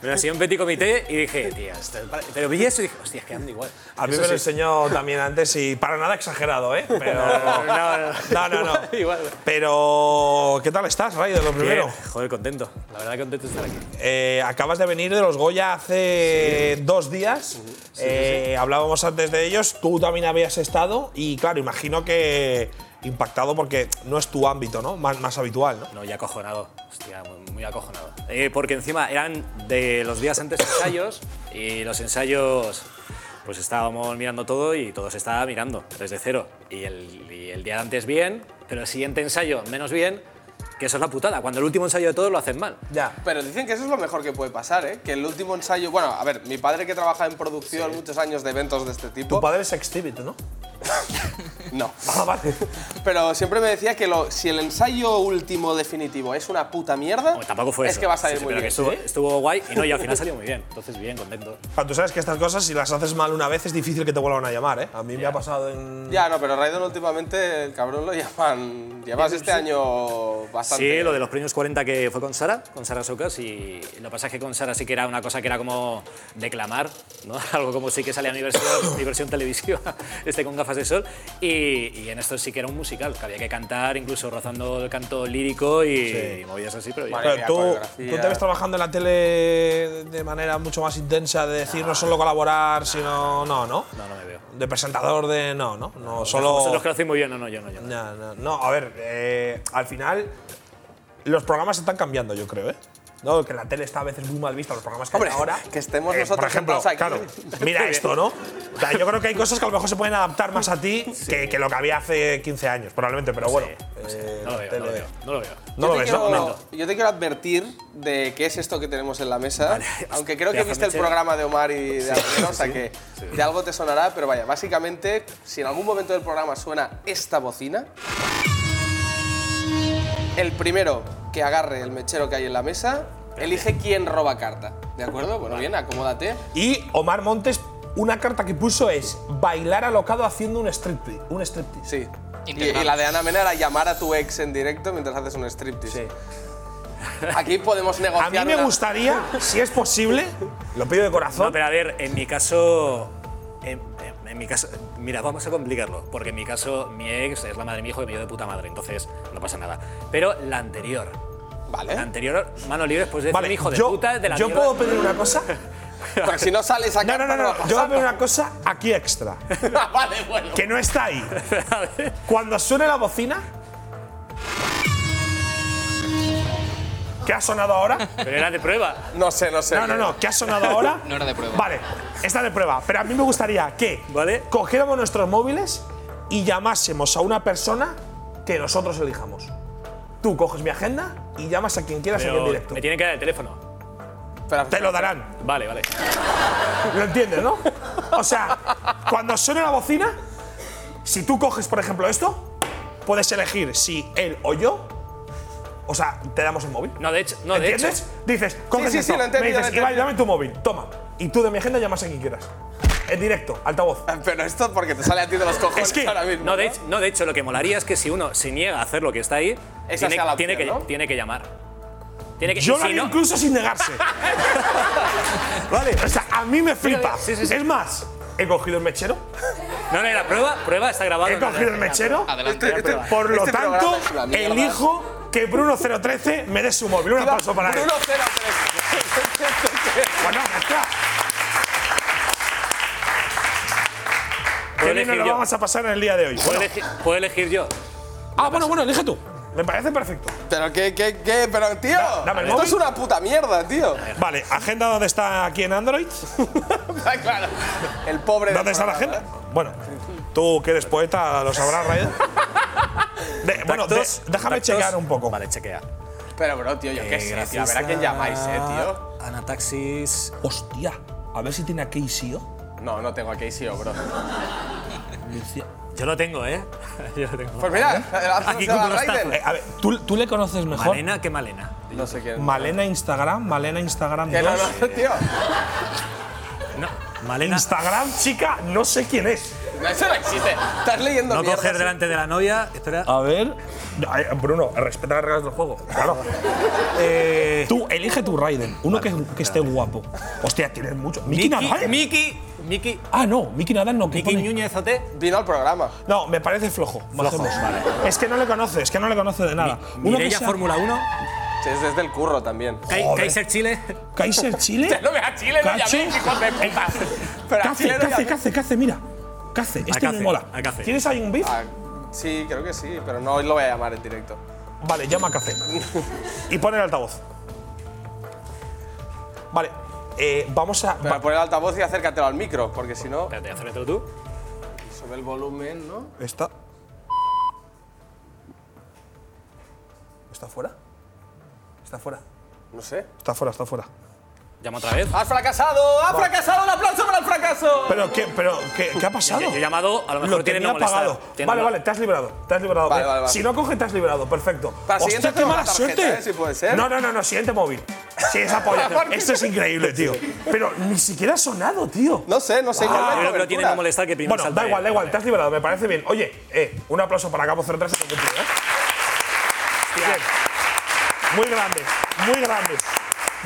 Speaker 12: Me lo enseñó un petit comité y dije, tía, esto- pero vi eso y dije, hostias, quedando igual.
Speaker 3: A mí
Speaker 12: Eso
Speaker 3: me lo
Speaker 12: sí.
Speaker 3: enseñó también antes y para nada exagerado, *laughs* ¿eh? Pero,
Speaker 12: No, no, no.
Speaker 3: no, no, *laughs* no. Pero, ¿qué tal estás, Ray, de lo primero?
Speaker 12: Bien, joder, contento. La verdad, contento de estar aquí.
Speaker 3: Eh, acabas de venir de los Goya hace dos días. Eh, Hablábamos antes de ellos. Tú también habías estado y, claro, imagino que impactado porque no es tu ámbito, ¿no? Más, más habitual, ¿no?
Speaker 12: No, y acojonado. Hostia, muy, muy acojonado. Eh, porque encima eran de los días antes ensayos y los ensayos, pues estábamos mirando todo y todo se estaba mirando desde cero. Y el, y el día de antes bien, pero el siguiente ensayo menos bien, que eso es la putada. Cuando el último ensayo de todos lo hacen mal.
Speaker 3: Ya.
Speaker 2: Pero dicen que eso es lo mejor que puede pasar, ¿eh? Que el último ensayo. Bueno, a ver, mi padre que trabaja en producción muchos años de eventos de este tipo.
Speaker 3: Tu padre es Exhibit, ¿no?
Speaker 2: No.
Speaker 3: Ah, vale.
Speaker 2: Pero siempre me decía que lo- si el ensayo último definitivo es una puta mierda.
Speaker 12: Tampoco fue
Speaker 2: Es
Speaker 12: eso.
Speaker 2: que va a salir
Speaker 12: Sí, sí,
Speaker 2: muy
Speaker 12: pero
Speaker 2: bien.
Speaker 12: que estuvo, estuvo guay y no, y al final salió muy bien. Entonces, bien, contento.
Speaker 3: Cuando tú sabes que estas cosas, si las haces mal una vez, es difícil que te vuelvan a llamar, ¿eh? A mí me ha pasado en.
Speaker 2: Ya, no, pero Raidon últimamente, el cabrón lo llaman. Llevas este año bastante.
Speaker 12: Sí, lo de los premios 40 que fue con Sara, con Sara Socas, y lo que pasa es que con Sara sí que era una cosa que era como declamar, ¿no? *laughs* Algo como sí que salía a diversión, diversión televisiva, este con gafas de sol, y, y en esto sí que era un musical, que había que cantar, incluso rozando el canto lírico y,
Speaker 3: Sí.
Speaker 12: y movidas así, pero
Speaker 3: Pero
Speaker 12: bien.
Speaker 3: tú, tú te ves trabajando en la tele de manera mucho más intensa, de decir no solo colaborar, sino. No, no.
Speaker 12: No, no me veo.
Speaker 3: De presentador de. No, no. No,
Speaker 12: Solo...
Speaker 3: solo.
Speaker 12: Vosotros que lo hacéis muy bien, no, no, yo no, yo no.
Speaker 3: No, no, no, a ver, eh, al final los programas están cambiando, yo creo, ¿eh? No, que la tele está a veces muy mal vista, los programas que hay
Speaker 2: Hombre,
Speaker 3: ahora.
Speaker 2: que estemos
Speaker 3: Eh, por
Speaker 2: nosotros
Speaker 3: ejemplo,
Speaker 2: sentados aquí.
Speaker 12: *laughs*
Speaker 3: claro, mira esto, ¿no? O sea, yo creo que hay cosas que a lo mejor se pueden adaptar más a ti que, que lo que había hace 15 años, probablemente, pero
Speaker 12: No
Speaker 3: bueno.
Speaker 12: sé,
Speaker 3: eh,
Speaker 12: no, sé, no lo
Speaker 3: la
Speaker 12: veo, no lo
Speaker 3: tele-
Speaker 12: veo, no lo veo.
Speaker 3: No
Speaker 2: Yo
Speaker 3: lo
Speaker 2: te
Speaker 3: ves,
Speaker 2: quiero-
Speaker 3: ¿no? Momento.
Speaker 2: Yo te quiero advertir de qué es esto que tenemos en la mesa, *laughs* aunque creo que
Speaker 12: Pedazo de
Speaker 2: viste el
Speaker 12: mechero.
Speaker 2: programa de Omar y de
Speaker 12: Sí,
Speaker 2: Alfredo, o sea
Speaker 12: sí,
Speaker 2: que
Speaker 12: sí.
Speaker 2: de algo te sonará, pero vaya, básicamente, si en algún momento del programa suena esta bocina, el primero que agarre el mechero que hay en la mesa, elige quién roba carta, ¿de acuerdo? Bueno, bien, acomódate.
Speaker 3: Y Omar Montes, una carta que puso es bailar alocado haciendo un striptease. Un striptease.
Speaker 2: Sí. Y, y la de Ana Mena era llamar a tu ex en directo mientras haces un striptease. Aquí podemos negociar.
Speaker 3: *laughs* A mí me
Speaker 2: una-
Speaker 3: gustaría, si es posible, lo pido de corazón.
Speaker 12: No, pero a ver, en mi caso. En, en- en mi caso. Mira, vamos a complicarlo. Porque en mi caso, mi ex es la madre de mi hijo y me dio de puta madre. Entonces, no pasa nada. Pero la anterior.
Speaker 2: Vale.
Speaker 12: La anterior, mano libre, después de decir,
Speaker 3: Vale,
Speaker 12: hijo de
Speaker 3: yo-
Speaker 12: puta, de la
Speaker 3: yo
Speaker 12: mierda".
Speaker 3: puedo pedir una
Speaker 12: *laughs*
Speaker 3: cosa.
Speaker 2: Pero si no sales acá.
Speaker 3: No, no, no, no. Yo voy a pedir una cosa aquí
Speaker 12: *laughs*
Speaker 3: extra.
Speaker 2: vale, bueno.
Speaker 3: que no está ahí. Cuando suene la bocina. ¿Qué ha sonado ahora?
Speaker 12: *laughs* Pero era de prueba.
Speaker 2: No sé, no sé.
Speaker 3: No, no, no. ¿Qué ha sonado ahora?
Speaker 4: *laughs* No era de prueba.
Speaker 3: Vale, está de prueba. Pero a mí me gustaría que
Speaker 12: ¿Vale?
Speaker 3: cogiéramos nuestros móviles y llamásemos a una persona que nosotros elijamos. Tú coges mi agenda y llamas a quien quieras aquí en
Speaker 12: Pero
Speaker 3: directo.
Speaker 12: me tienen que dar el teléfono.
Speaker 3: Te lo darán.
Speaker 12: Vale, vale.
Speaker 3: ¿Lo entiendes, no? O sea, cuando suene la bocina, si tú coges, por ejemplo, esto, puedes elegir si él o yo. O sea, te damos el móvil.
Speaker 12: No, de hecho, no, de hecho.
Speaker 3: ¿Entiendes? Dices, coges
Speaker 2: sí,
Speaker 3: esto,
Speaker 2: sí, lo he entendido,
Speaker 3: me
Speaker 2: lo
Speaker 3: dices,
Speaker 2: he
Speaker 3: Ibai,
Speaker 2: entendido".
Speaker 3: dame tu móvil, toma. Y tú de mi agenda llamas a quien quieras. En directo, altavoz.
Speaker 2: Pero esto porque te sale a ti de los cojones
Speaker 3: Es que-
Speaker 2: ahora mismo.
Speaker 12: No de, hecho, no, de hecho, lo que molaría es que si uno se niega a hacer lo que está ahí,
Speaker 2: Esa
Speaker 12: tiene,
Speaker 2: sea la
Speaker 12: tiene
Speaker 2: opción,
Speaker 12: que,
Speaker 2: ¿no?
Speaker 12: tiene que llamar. Tiene que,
Speaker 3: Yo
Speaker 12: y
Speaker 3: lo
Speaker 12: si
Speaker 3: haría
Speaker 12: no-
Speaker 3: incluso sin
Speaker 12: *laughs*
Speaker 3: negarse. vale, o sea, a mí me flipa.
Speaker 12: sí, sí, sí.
Speaker 3: Es más, he cogido el mechero,
Speaker 12: No, no, era prueba, prueba, está grabado.
Speaker 3: he
Speaker 12: no, no,
Speaker 3: cogido el
Speaker 12: era
Speaker 3: mechero.
Speaker 12: prueba. Adelante, era prueba.
Speaker 3: Por lo
Speaker 2: Este programa
Speaker 3: tanto,
Speaker 2: es una mierda.
Speaker 3: elijo que Bruno013 me dé su móvil. Un aplauso para él.
Speaker 2: Bruno 0-3.
Speaker 3: Bueno, ya está.
Speaker 12: Puedo
Speaker 3: Qué bien nos
Speaker 12: elegir
Speaker 3: lo
Speaker 12: yo.
Speaker 3: vamos a pasar en el día de hoy.
Speaker 12: ¿Puedo,
Speaker 3: Bueno.
Speaker 12: elegir, puedo elegir yo.
Speaker 3: Ah, bueno, bueno, elige tú. Me parece perfecto.
Speaker 2: Pero qué, qué, qué, pero tío.
Speaker 3: dame el
Speaker 2: esto
Speaker 3: móvil.
Speaker 2: es una puta mierda, tío.
Speaker 3: Vale, agenda donde está aquí en Android.
Speaker 2: *laughs* Está claro. El pobre.
Speaker 3: ¿Dónde
Speaker 2: del
Speaker 3: está la
Speaker 2: programa,
Speaker 3: agenda? Bueno, tú que eres poeta lo sabrás, Raiden. De- bueno, de-
Speaker 12: Tactos,
Speaker 3: déjame
Speaker 12: tactos.
Speaker 3: checar un poco.
Speaker 12: Vale, chequea.
Speaker 2: ¿eh? Pero, bro, tío, yo qué sé, tío. A ver a quién llamáis, eh, tío.
Speaker 12: Anataxis.
Speaker 3: Hostia, a ver si tiene aquí Isio.
Speaker 2: No, no tengo a Casey, bro.
Speaker 12: Yo lo tengo, ¿eh? Yo lo tengo.
Speaker 2: Pues mira,
Speaker 12: Aquí
Speaker 2: aquí
Speaker 12: con
Speaker 2: a
Speaker 12: los
Speaker 2: Raiden.
Speaker 12: tazos.
Speaker 3: Eh, a ver, ¿tú, tú le conoces mejor?
Speaker 12: Malena, ¿qué Malena?
Speaker 2: No sé quién.
Speaker 3: Malena Instagram, Malena Instagram
Speaker 2: Que no,
Speaker 3: 2.
Speaker 2: no, tío.
Speaker 12: No, Malena.
Speaker 3: Instagram, chica, no sé quién es.
Speaker 2: Eso no existe. Estás leyendo
Speaker 12: No
Speaker 2: mierda,
Speaker 12: coger
Speaker 2: sí.
Speaker 12: delante de la novia. Espera.
Speaker 3: A ver. Ay, Bruno, respeta las reglas del juego. Claro. Eh, Tú elige tu Raiden, uno que, que esté guapo. Hostia, tienes mucho. Miki Nadal.
Speaker 12: Miki. Miki.
Speaker 3: Ah, no, Miki Nadal no. Miki
Speaker 12: Núñez Ote.
Speaker 2: Vino al programa.
Speaker 3: No, me parece flojo.
Speaker 12: Flojo,
Speaker 3: bajemos.
Speaker 12: vale.
Speaker 3: Es que no le conoce, es que no le conoce de nada. Uno que
Speaker 12: Mireia
Speaker 3: sea-
Speaker 12: Fórmula 1.
Speaker 2: Sí, es desde el curro también.
Speaker 12: Kai- Kaiser Chile.
Speaker 3: ¿Kaiser *laughs* Chile?
Speaker 2: no vea Chile, no
Speaker 3: ¿Cacho?
Speaker 2: llamé, hijos de puta. Pero a
Speaker 3: Cace,
Speaker 2: Chile no
Speaker 3: cace,
Speaker 2: llamé.
Speaker 3: cace, cace, mira. Cace, este me
Speaker 12: Cace,
Speaker 3: mola.
Speaker 12: a Cace.
Speaker 3: ¿Tienes ahí un beef?
Speaker 2: Ah, sí, creo que sí, pero no hoy lo voy a llamar en directo.
Speaker 3: Vale, llama a *laughs* Café. y pon el altavoz. Vale, eh, vamos a.
Speaker 2: Pero pon el altavoz y acércatelo al micro, porque si no.
Speaker 12: Espérate, acércatelo tú.
Speaker 2: Sube el volumen, ¿no?
Speaker 3: ¿Está? ¿Está fuera? ¿Está fuera?
Speaker 2: No sé.
Speaker 3: Está fuera, está fuera.
Speaker 12: Llama otra vez.
Speaker 2: ¡Has fracasado! ¡Has fracasado! ¡Un aplauso para el fracaso!
Speaker 3: ¿Pero qué, pero, qué, qué ha pasado?
Speaker 12: Yo he llamado, a lo mejor tiene
Speaker 3: tenía
Speaker 12: no molestar.
Speaker 3: apagado.
Speaker 12: Tiene
Speaker 3: Vale,
Speaker 12: no-
Speaker 3: vale, te has liberado. Te has liberado.
Speaker 2: Vale,
Speaker 3: Bien.
Speaker 2: vale, vale.
Speaker 3: Si no coge, te has liberado. Perfecto.
Speaker 2: Para el
Speaker 3: Hostia,
Speaker 2: siguiente
Speaker 3: qué
Speaker 2: tengo
Speaker 3: mala
Speaker 2: la tarjeta,
Speaker 3: suerte.
Speaker 2: ¿eh? Si puede ser.
Speaker 3: No, no, no, no, siguiente móvil. Sí, esa polla. Esto es increíble, tío. Pero ni siquiera ha sonado, tío.
Speaker 2: No sé, no sé. igual no hay
Speaker 12: Ah, Yo creo que lo tiene no
Speaker 2: cobertura.
Speaker 12: molestar que primero
Speaker 3: Bueno,
Speaker 12: salta
Speaker 3: da
Speaker 12: él.
Speaker 3: igual, da igual, te has liberado, me parece bien. Oye, eh, un aplauso para Cabo 03 en el cumplido, ¿eh? Bien. Muy grande, muy grande.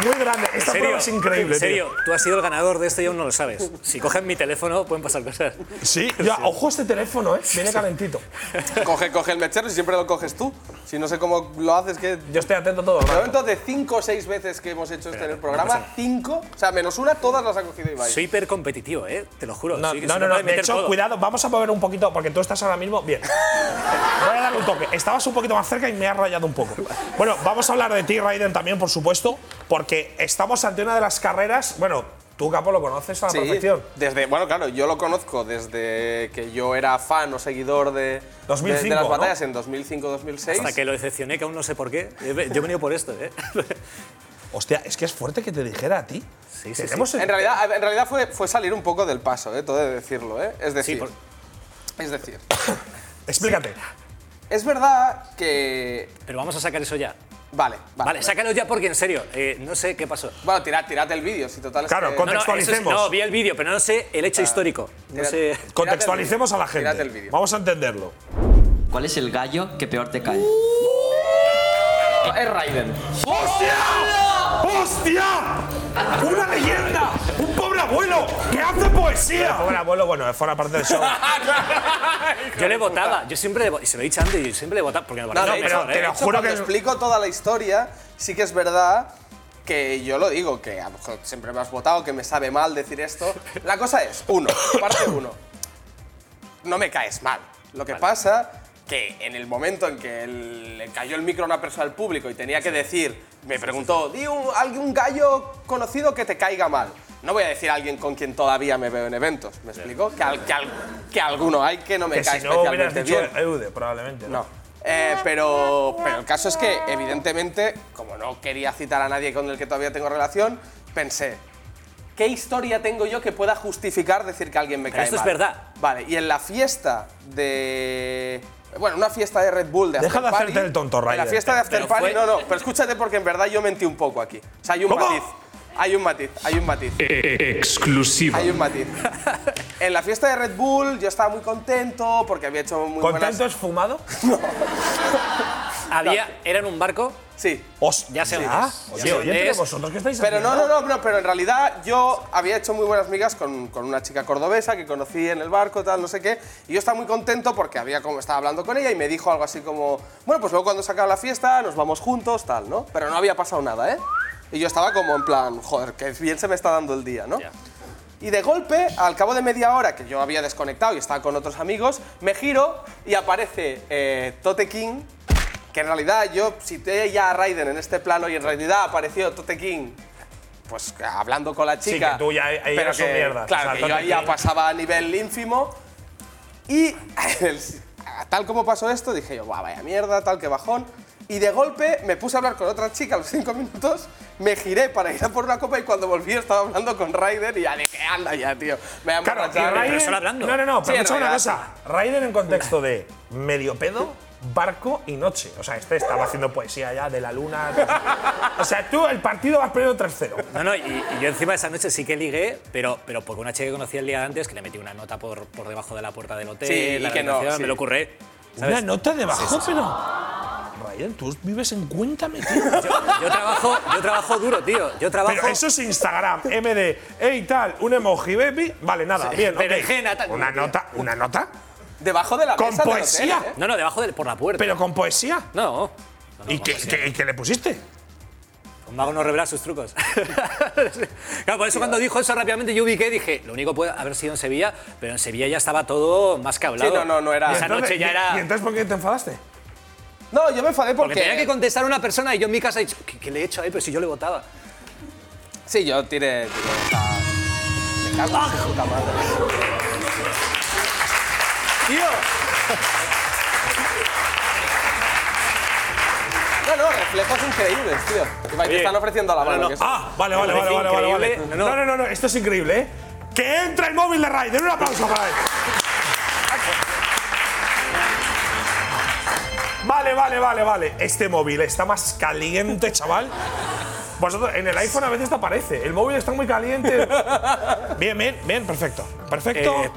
Speaker 3: Muy grande.
Speaker 12: En
Speaker 3: Esta
Speaker 12: serio,
Speaker 3: prueba es increíble,
Speaker 12: En serio, tú has sido el ganador de esto y aún no lo sabes. Si cogen mi teléfono, pueden pasar cosas.
Speaker 3: tío. Sí, ya, ojo este teléfono, ¿eh? Viene calentito.
Speaker 2: Coge, coge el mechero y siempre lo coges tú. Si no sé cómo lo haces, que.
Speaker 3: Yo estoy atento a todo. el
Speaker 2: De
Speaker 3: rato.
Speaker 2: momento, de 5 o 6 veces que hemos hecho este en el
Speaker 12: pasa
Speaker 2: programa,
Speaker 12: nada.
Speaker 2: 5, o sea, menos una, todas las ha cogido Ibai.
Speaker 12: Soy hiper competitivo, ¿eh? Te lo juro.
Speaker 3: No,
Speaker 12: soy-
Speaker 3: no,
Speaker 12: se
Speaker 3: no,
Speaker 12: me
Speaker 3: no,
Speaker 12: puede
Speaker 3: de
Speaker 12: meter
Speaker 3: hecho,
Speaker 12: todo.
Speaker 3: cuidado, vamos a mover un poquito, porque tú estás ahora mismo. Bien. Voy a darle un toque. Estabas un poquito más cerca y me has rayado un poco. Bueno, vamos a hablar de ti, Raiden, también, por supuesto, porque estamos ante una de las carreras. Bueno, tú, Capo, lo conoces a la
Speaker 2: Sí,
Speaker 3: perfección.
Speaker 2: Desde, bueno, claro, yo lo conozco desde que yo era fan o seguidor de,
Speaker 3: 2005,
Speaker 2: de, de las
Speaker 3: ¿no?
Speaker 2: batallas en 2005-2006.
Speaker 12: Hasta que lo decepcioné, que aún no sé por qué. Yo he venido por esto, ¿eh?
Speaker 3: *laughs* Hostia, es que es fuerte que te dijera a ti.
Speaker 12: Sí, sí,
Speaker 3: Tenemos
Speaker 2: En realidad, en realidad fue, fue salir un poco del paso, ¿eh? todo de decirlo. ¿eh? Es decir,
Speaker 12: por-
Speaker 2: es decir,
Speaker 3: Explícate.
Speaker 2: es verdad que.
Speaker 12: Pero vamos a sacar eso ya.
Speaker 2: Vale, vale.
Speaker 12: Vale, sácalo ya porque en serio, eh, no sé qué pasó.
Speaker 2: Bueno, tirad, tirad el vídeo, si total. es
Speaker 3: Claro,
Speaker 2: que-
Speaker 3: con-
Speaker 12: No, no, eso es-
Speaker 3: Contextualicemos.
Speaker 12: no, vi el vídeo, pero no sé el hecho histórico. No
Speaker 2: Tira-
Speaker 12: sé.
Speaker 3: Contextualicemos a la
Speaker 2: Mirad el
Speaker 3: gente.
Speaker 2: vídeo.
Speaker 3: Vamos a entenderlo.
Speaker 1: ¿Cuál es el gallo que peor te cae?
Speaker 2: Es Raiden.
Speaker 3: ¡Hostia! ¡Hostia! ¡Una leyenda! ¡Un pobre abuelo que hace poesía! Pobre abuelo, bueno, es fuera parte del *laughs* show.
Speaker 12: Yo le votaba, yo siempre le votaba, y se lo he dicho antes, yo siempre le votaba porque me
Speaker 2: No,
Speaker 12: parece
Speaker 2: de
Speaker 12: lo
Speaker 2: hecho,
Speaker 12: mejor,
Speaker 2: de
Speaker 12: ¿eh?
Speaker 3: te lo
Speaker 2: hecho,
Speaker 3: juro
Speaker 2: cuando
Speaker 3: que-
Speaker 2: explico toda la historia, sí que es verdad que yo lo digo, que a lo mejor siempre me has votado, que me sabe mal decir esto. La cosa es, uno, parte uno, no me caes mal. Lo que pasa que en el momento en que el- le cayó el micro a una persona al público y tenía que decir, me preguntó, di un, algún gallo conocido que te caiga mal. No voy a decir alguien con quien todavía me veo en eventos, ¿me explico? Que, al- que, al- que alguno hay que no me
Speaker 3: Que
Speaker 2: cae
Speaker 3: si no hubieras
Speaker 2: especialmente
Speaker 3: dicho
Speaker 2: bien.
Speaker 3: Eude, probablemente.
Speaker 2: No. Eh, pero, pero el caso es que, evidentemente, como no quería citar a nadie con el que todavía tengo relación, pensé, ¿qué historia tengo yo que pueda justificar decir que alguien me
Speaker 12: Pero
Speaker 2: cae
Speaker 12: esto es
Speaker 2: mal?
Speaker 12: verdad.
Speaker 2: Vale, y en la fiesta de... Bueno, una fiesta de Red Bull de
Speaker 3: Deja
Speaker 2: after
Speaker 3: de hacerte
Speaker 2: party,
Speaker 3: el tonto,
Speaker 2: En la
Speaker 3: Ryder.
Speaker 2: fiesta de After
Speaker 12: Pero fue-
Speaker 2: Party, no, no, pero escúchate porque en verdad yo mentí un poco aquí. O sea, hay un
Speaker 3: ¿Cómo?
Speaker 2: matiz. Hay un matiz, hay un matiz.
Speaker 13: Exclusiva.
Speaker 2: Hay un matiz. en la fiesta de Red Bull yo estaba muy contento porque había hecho muy buenas...
Speaker 3: ¿Contento es fumado?
Speaker 12: Había, era en un barco,
Speaker 2: Sí.
Speaker 3: Hostia.
Speaker 12: ya sé dónde
Speaker 3: Ah,
Speaker 12: es, ya sé
Speaker 3: oye,
Speaker 12: dónde
Speaker 3: oye, pero
Speaker 12: es.
Speaker 3: vosotros que estáis
Speaker 2: Pero no,
Speaker 3: haciendo?
Speaker 2: no, no, no, pero en realidad yo había hecho muy buenas migas con, con una chica cordobesa que conocí en el barco, tal, no sé qué, y yo estaba muy contento porque había como estaba hablando con ella y me dijo algo así como, bueno, pues luego cuando se acabe la fiesta nos vamos juntos, tal, ¿no? Pero no había pasado nada, ¿eh? Y yo estaba como en plan, joder, que bien se me está dando el día, ¿no?
Speaker 12: Ya.
Speaker 2: Y de golpe, al cabo de media hora que yo había desconectado y estaba con otros amigos, me giro y aparece eh, Tote King, que en realidad yo cité ya a Raiden en este plano y en realidad apareció Tote King. Pues hablando con la
Speaker 3: Sí,
Speaker 2: chica.
Speaker 3: que tú ya ahí- ahí
Speaker 2: pero
Speaker 3: eras un
Speaker 2: que,
Speaker 3: mierda. O
Speaker 2: Claro,
Speaker 3: sea,
Speaker 2: que
Speaker 3: Tote
Speaker 2: yo ahí ya
Speaker 3: King.
Speaker 2: pasaba a nivel ínfimo. Y *laughs* el- tal como pasó esto, dije yo, "Buah, vaya mierda, tal, que bajón. Y de golpe me puse a hablar con otra chica a los *laughs* cinco minutos, me giré para ir a por una copa y cuando volví estaba hablando con Raiden y ya dije, anda ya, tío. Me voy a
Speaker 3: Claro,
Speaker 2: emborrachar".
Speaker 3: y Raiden.
Speaker 12: solo hablando.
Speaker 3: No, no, no, pero
Speaker 2: Sí, en
Speaker 3: escucha una
Speaker 2: realidad,
Speaker 3: cosa. Raiden en contexto de medio pedo, barco y noche. O sea, este estaba haciendo poesía ya de la luna. O sea, tú el partido vas perdiendo 3-0.
Speaker 12: No, no, y, y yo encima esa noche sí que ligué, pero, pero porque una chica que conocí el día antes que le metí una nota por, por debajo de la puerta del hotel,
Speaker 3: Sí,
Speaker 12: la
Speaker 3: y que no,
Speaker 12: habitación,
Speaker 3: sí.
Speaker 12: me lo curré.
Speaker 3: Una nota debajo,
Speaker 12: Sí, sí, sí.
Speaker 3: pero. Ryan, tú vives en Cuéntame, tío.
Speaker 12: *laughs* Yo trabajo, yo trabajo duro, tío. Yo trabajo.
Speaker 3: Pero eso es Instagram, MD, hey tal, un emoji, baby. Vale, nada,
Speaker 12: Sí,
Speaker 3: bien. ok.
Speaker 12: berenjena, tal.
Speaker 3: Una nota, una nota.
Speaker 2: Debajo de la
Speaker 3: ¿Con
Speaker 2: mesa del
Speaker 3: poesía?
Speaker 2: hotel, ¿eh?
Speaker 12: No, no, debajo del, por la puerta.
Speaker 3: ¿Pero con poesía?
Speaker 12: No. pues
Speaker 3: ¿Y qué, qué- qué le pusiste?
Speaker 12: Un mago no revela sus trucos. *laughs* claro, por eso cuando dijo eso rápidamente yo ubiqué y dije, lo único puede haber sido en Sevilla, pero en Sevilla ya estaba todo más que hablado.
Speaker 2: Sí, no, no, no era-
Speaker 12: Y Esa noche ya
Speaker 3: ¿Y
Speaker 12: era.
Speaker 3: entonces por qué te enfadaste?
Speaker 2: No, yo me enfadé porque.
Speaker 12: Porque tenía que contestar a una persona y yo en mi casa he dicho, ¿qué, qué le he hecho a él? Pero si yo le votaba.
Speaker 2: Sí, yo tiré. tiré esta- Me cago en su puta madre.
Speaker 3: Tío.
Speaker 2: No, no, reflejos increíbles, tío. Y me están ofreciendo a la mano. que eso-
Speaker 3: Ah, vale, vale, vale, vale, vale, vale. No no. no, no, esto es increíble, ¿eh? Que entra el móvil de Ryan. Un aplauso para él. Vale, vale, vale, vale. Este móvil está más caliente, chaval. Vosotros, en el iPhone a veces te aparece. El móvil está muy caliente. Bien, bien, bien, perfecto. Perfecto.
Speaker 12: Eh,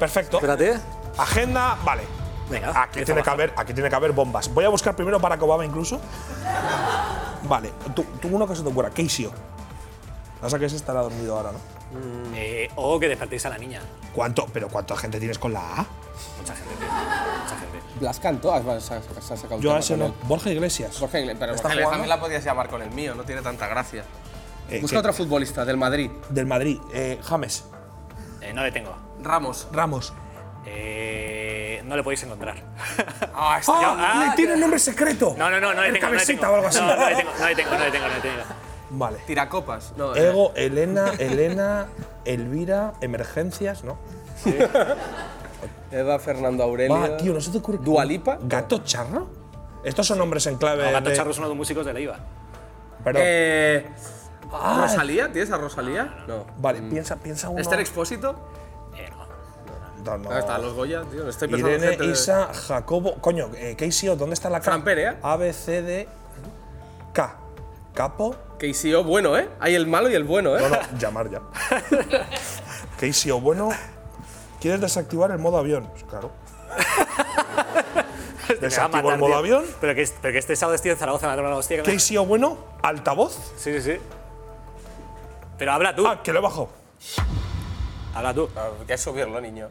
Speaker 3: perfecto.
Speaker 12: Espérate.
Speaker 3: Agenda, vale.
Speaker 12: Venga,
Speaker 3: aquí
Speaker 12: empieza
Speaker 3: tiene, que
Speaker 12: abajo.
Speaker 3: haber, aquí tiene que haber bombas. Voy a buscar primero Barack Obama incluso. Vale, tú, tú uno que se te ocurra. Keisio. O sea que ese estará dormido ahora, ¿no?
Speaker 12: Eh, o que despertéis a la niña.
Speaker 3: ¿Cuánto? ¿Pero cuánta gente tienes con la A?
Speaker 12: Mucha gente, tío. Mucha gente.
Speaker 2: Blas cantó, has, has- has- has sacado un
Speaker 3: Yo a
Speaker 2: tema
Speaker 3: ese
Speaker 2: con
Speaker 3: no.
Speaker 2: él.
Speaker 3: Borja Iglesias.
Speaker 2: Jorge Iglesias, pero
Speaker 3: ¿Está
Speaker 2: Jorge Iglesias
Speaker 3: jugando?
Speaker 2: también la podías llamar con el mío, no tiene tanta gracia.
Speaker 3: Eh,
Speaker 2: Busca
Speaker 3: ¿qué?
Speaker 2: otro futbolista del Madrid.
Speaker 3: Del Madrid. Eh, James.
Speaker 12: Eh, no le tengo.
Speaker 2: Ramos.
Speaker 3: Ramos.
Speaker 12: Eh, no le podéis
Speaker 3: *laughs*
Speaker 12: encontrar.
Speaker 2: Ah,
Speaker 12: este- yo- ah,
Speaker 3: le tiene un nombre secreto.
Speaker 12: No, no, no, no le
Speaker 3: El
Speaker 12: tengo. no le
Speaker 3: cabecita
Speaker 12: tengo.
Speaker 3: o algo así.
Speaker 12: No, no le tengo, no le tengo, no le tengo, no le tengo.
Speaker 3: Vale.
Speaker 2: Tiracopas. No, eh,
Speaker 3: Ego, Elena, Elena, Elvira, emergencias, ¿no?
Speaker 2: Eva Fernando Aurelio.
Speaker 3: Va, Ah, tío, no se te ocurre.
Speaker 2: ¿Dualipa?
Speaker 3: ¿Gato charro? Estos son nombres en clave.
Speaker 12: No, Gato
Speaker 3: eh, de-
Speaker 12: Charro es uno de los músicos de la IVA.
Speaker 3: Perdón.
Speaker 2: Eh, ¿Rosalía? ¿Tienes a Rosalía? Mm. No.
Speaker 3: Vale,
Speaker 12: mm,
Speaker 3: piensa, piensa uno.
Speaker 2: ¿Esther Expósito?
Speaker 3: No, no.
Speaker 2: Ah, está, los Goya, tío. no Estoy pensando en
Speaker 3: Irene,
Speaker 2: gente de-
Speaker 3: Isa, Jacobo. Coño, eh, Keisio, ¿dónde está la K?
Speaker 2: Fran
Speaker 12: ¿eh?
Speaker 2: Perea.
Speaker 3: A, B, C, D. K. Capo.
Speaker 2: Keisio, bueno, ¿eh? Hay el malo y el bueno, ¿eh? *laughs*
Speaker 3: No,
Speaker 12: *laughs*
Speaker 3: no, llamar ya. Keisio, bueno. ¿Quieres desactivar el modo avión? Pues claro.
Speaker 12: *laughs* Te va a
Speaker 3: Desactivo
Speaker 12: matar,
Speaker 3: el modo
Speaker 12: tío.
Speaker 3: avión.
Speaker 12: Pero que, pero que este sábado estoy en Zaragoza, me ha tomado la hostia. que me-
Speaker 3: Keisio, bueno. Altavoz.
Speaker 12: Sí, sí, sí. Pero habla tú.
Speaker 3: Ah, que lo he bajado.
Speaker 12: Habla tú.
Speaker 2: Hay Ah, que subirlo, niño.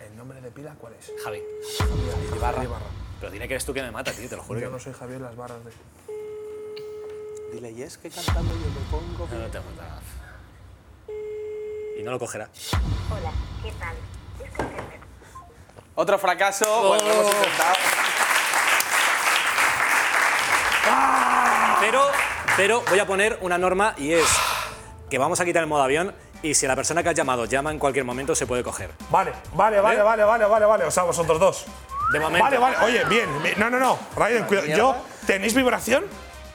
Speaker 3: ¿El nombre de pila cuál es?
Speaker 12: Javi.
Speaker 3: Ibarra.
Speaker 12: Pero tiene que eres tú que me mata, tío, te lo juro. que
Speaker 3: Yo no soy Javier Las Barras de.
Speaker 2: Dile, y es que cantando yo me pongo.
Speaker 12: No, no te aguanta nada. Y no lo cogerá.
Speaker 14: Hola, ¿qué tal?
Speaker 2: Otro fracaso. Bueno, lo hemos intentado.
Speaker 12: Pero, pero voy a poner una norma y es que vamos a quitar el modo avión y si la persona que has llamado llama en cualquier momento se puede coger.
Speaker 3: Vale, vale, vale, vale, vale, vale, vale. O sea, vosotros dos.
Speaker 12: De momento.
Speaker 3: Vale, vale. Oye, bien. bien. No, no, no. Raiden, cuidado. Yo, ¿tenéis vibración?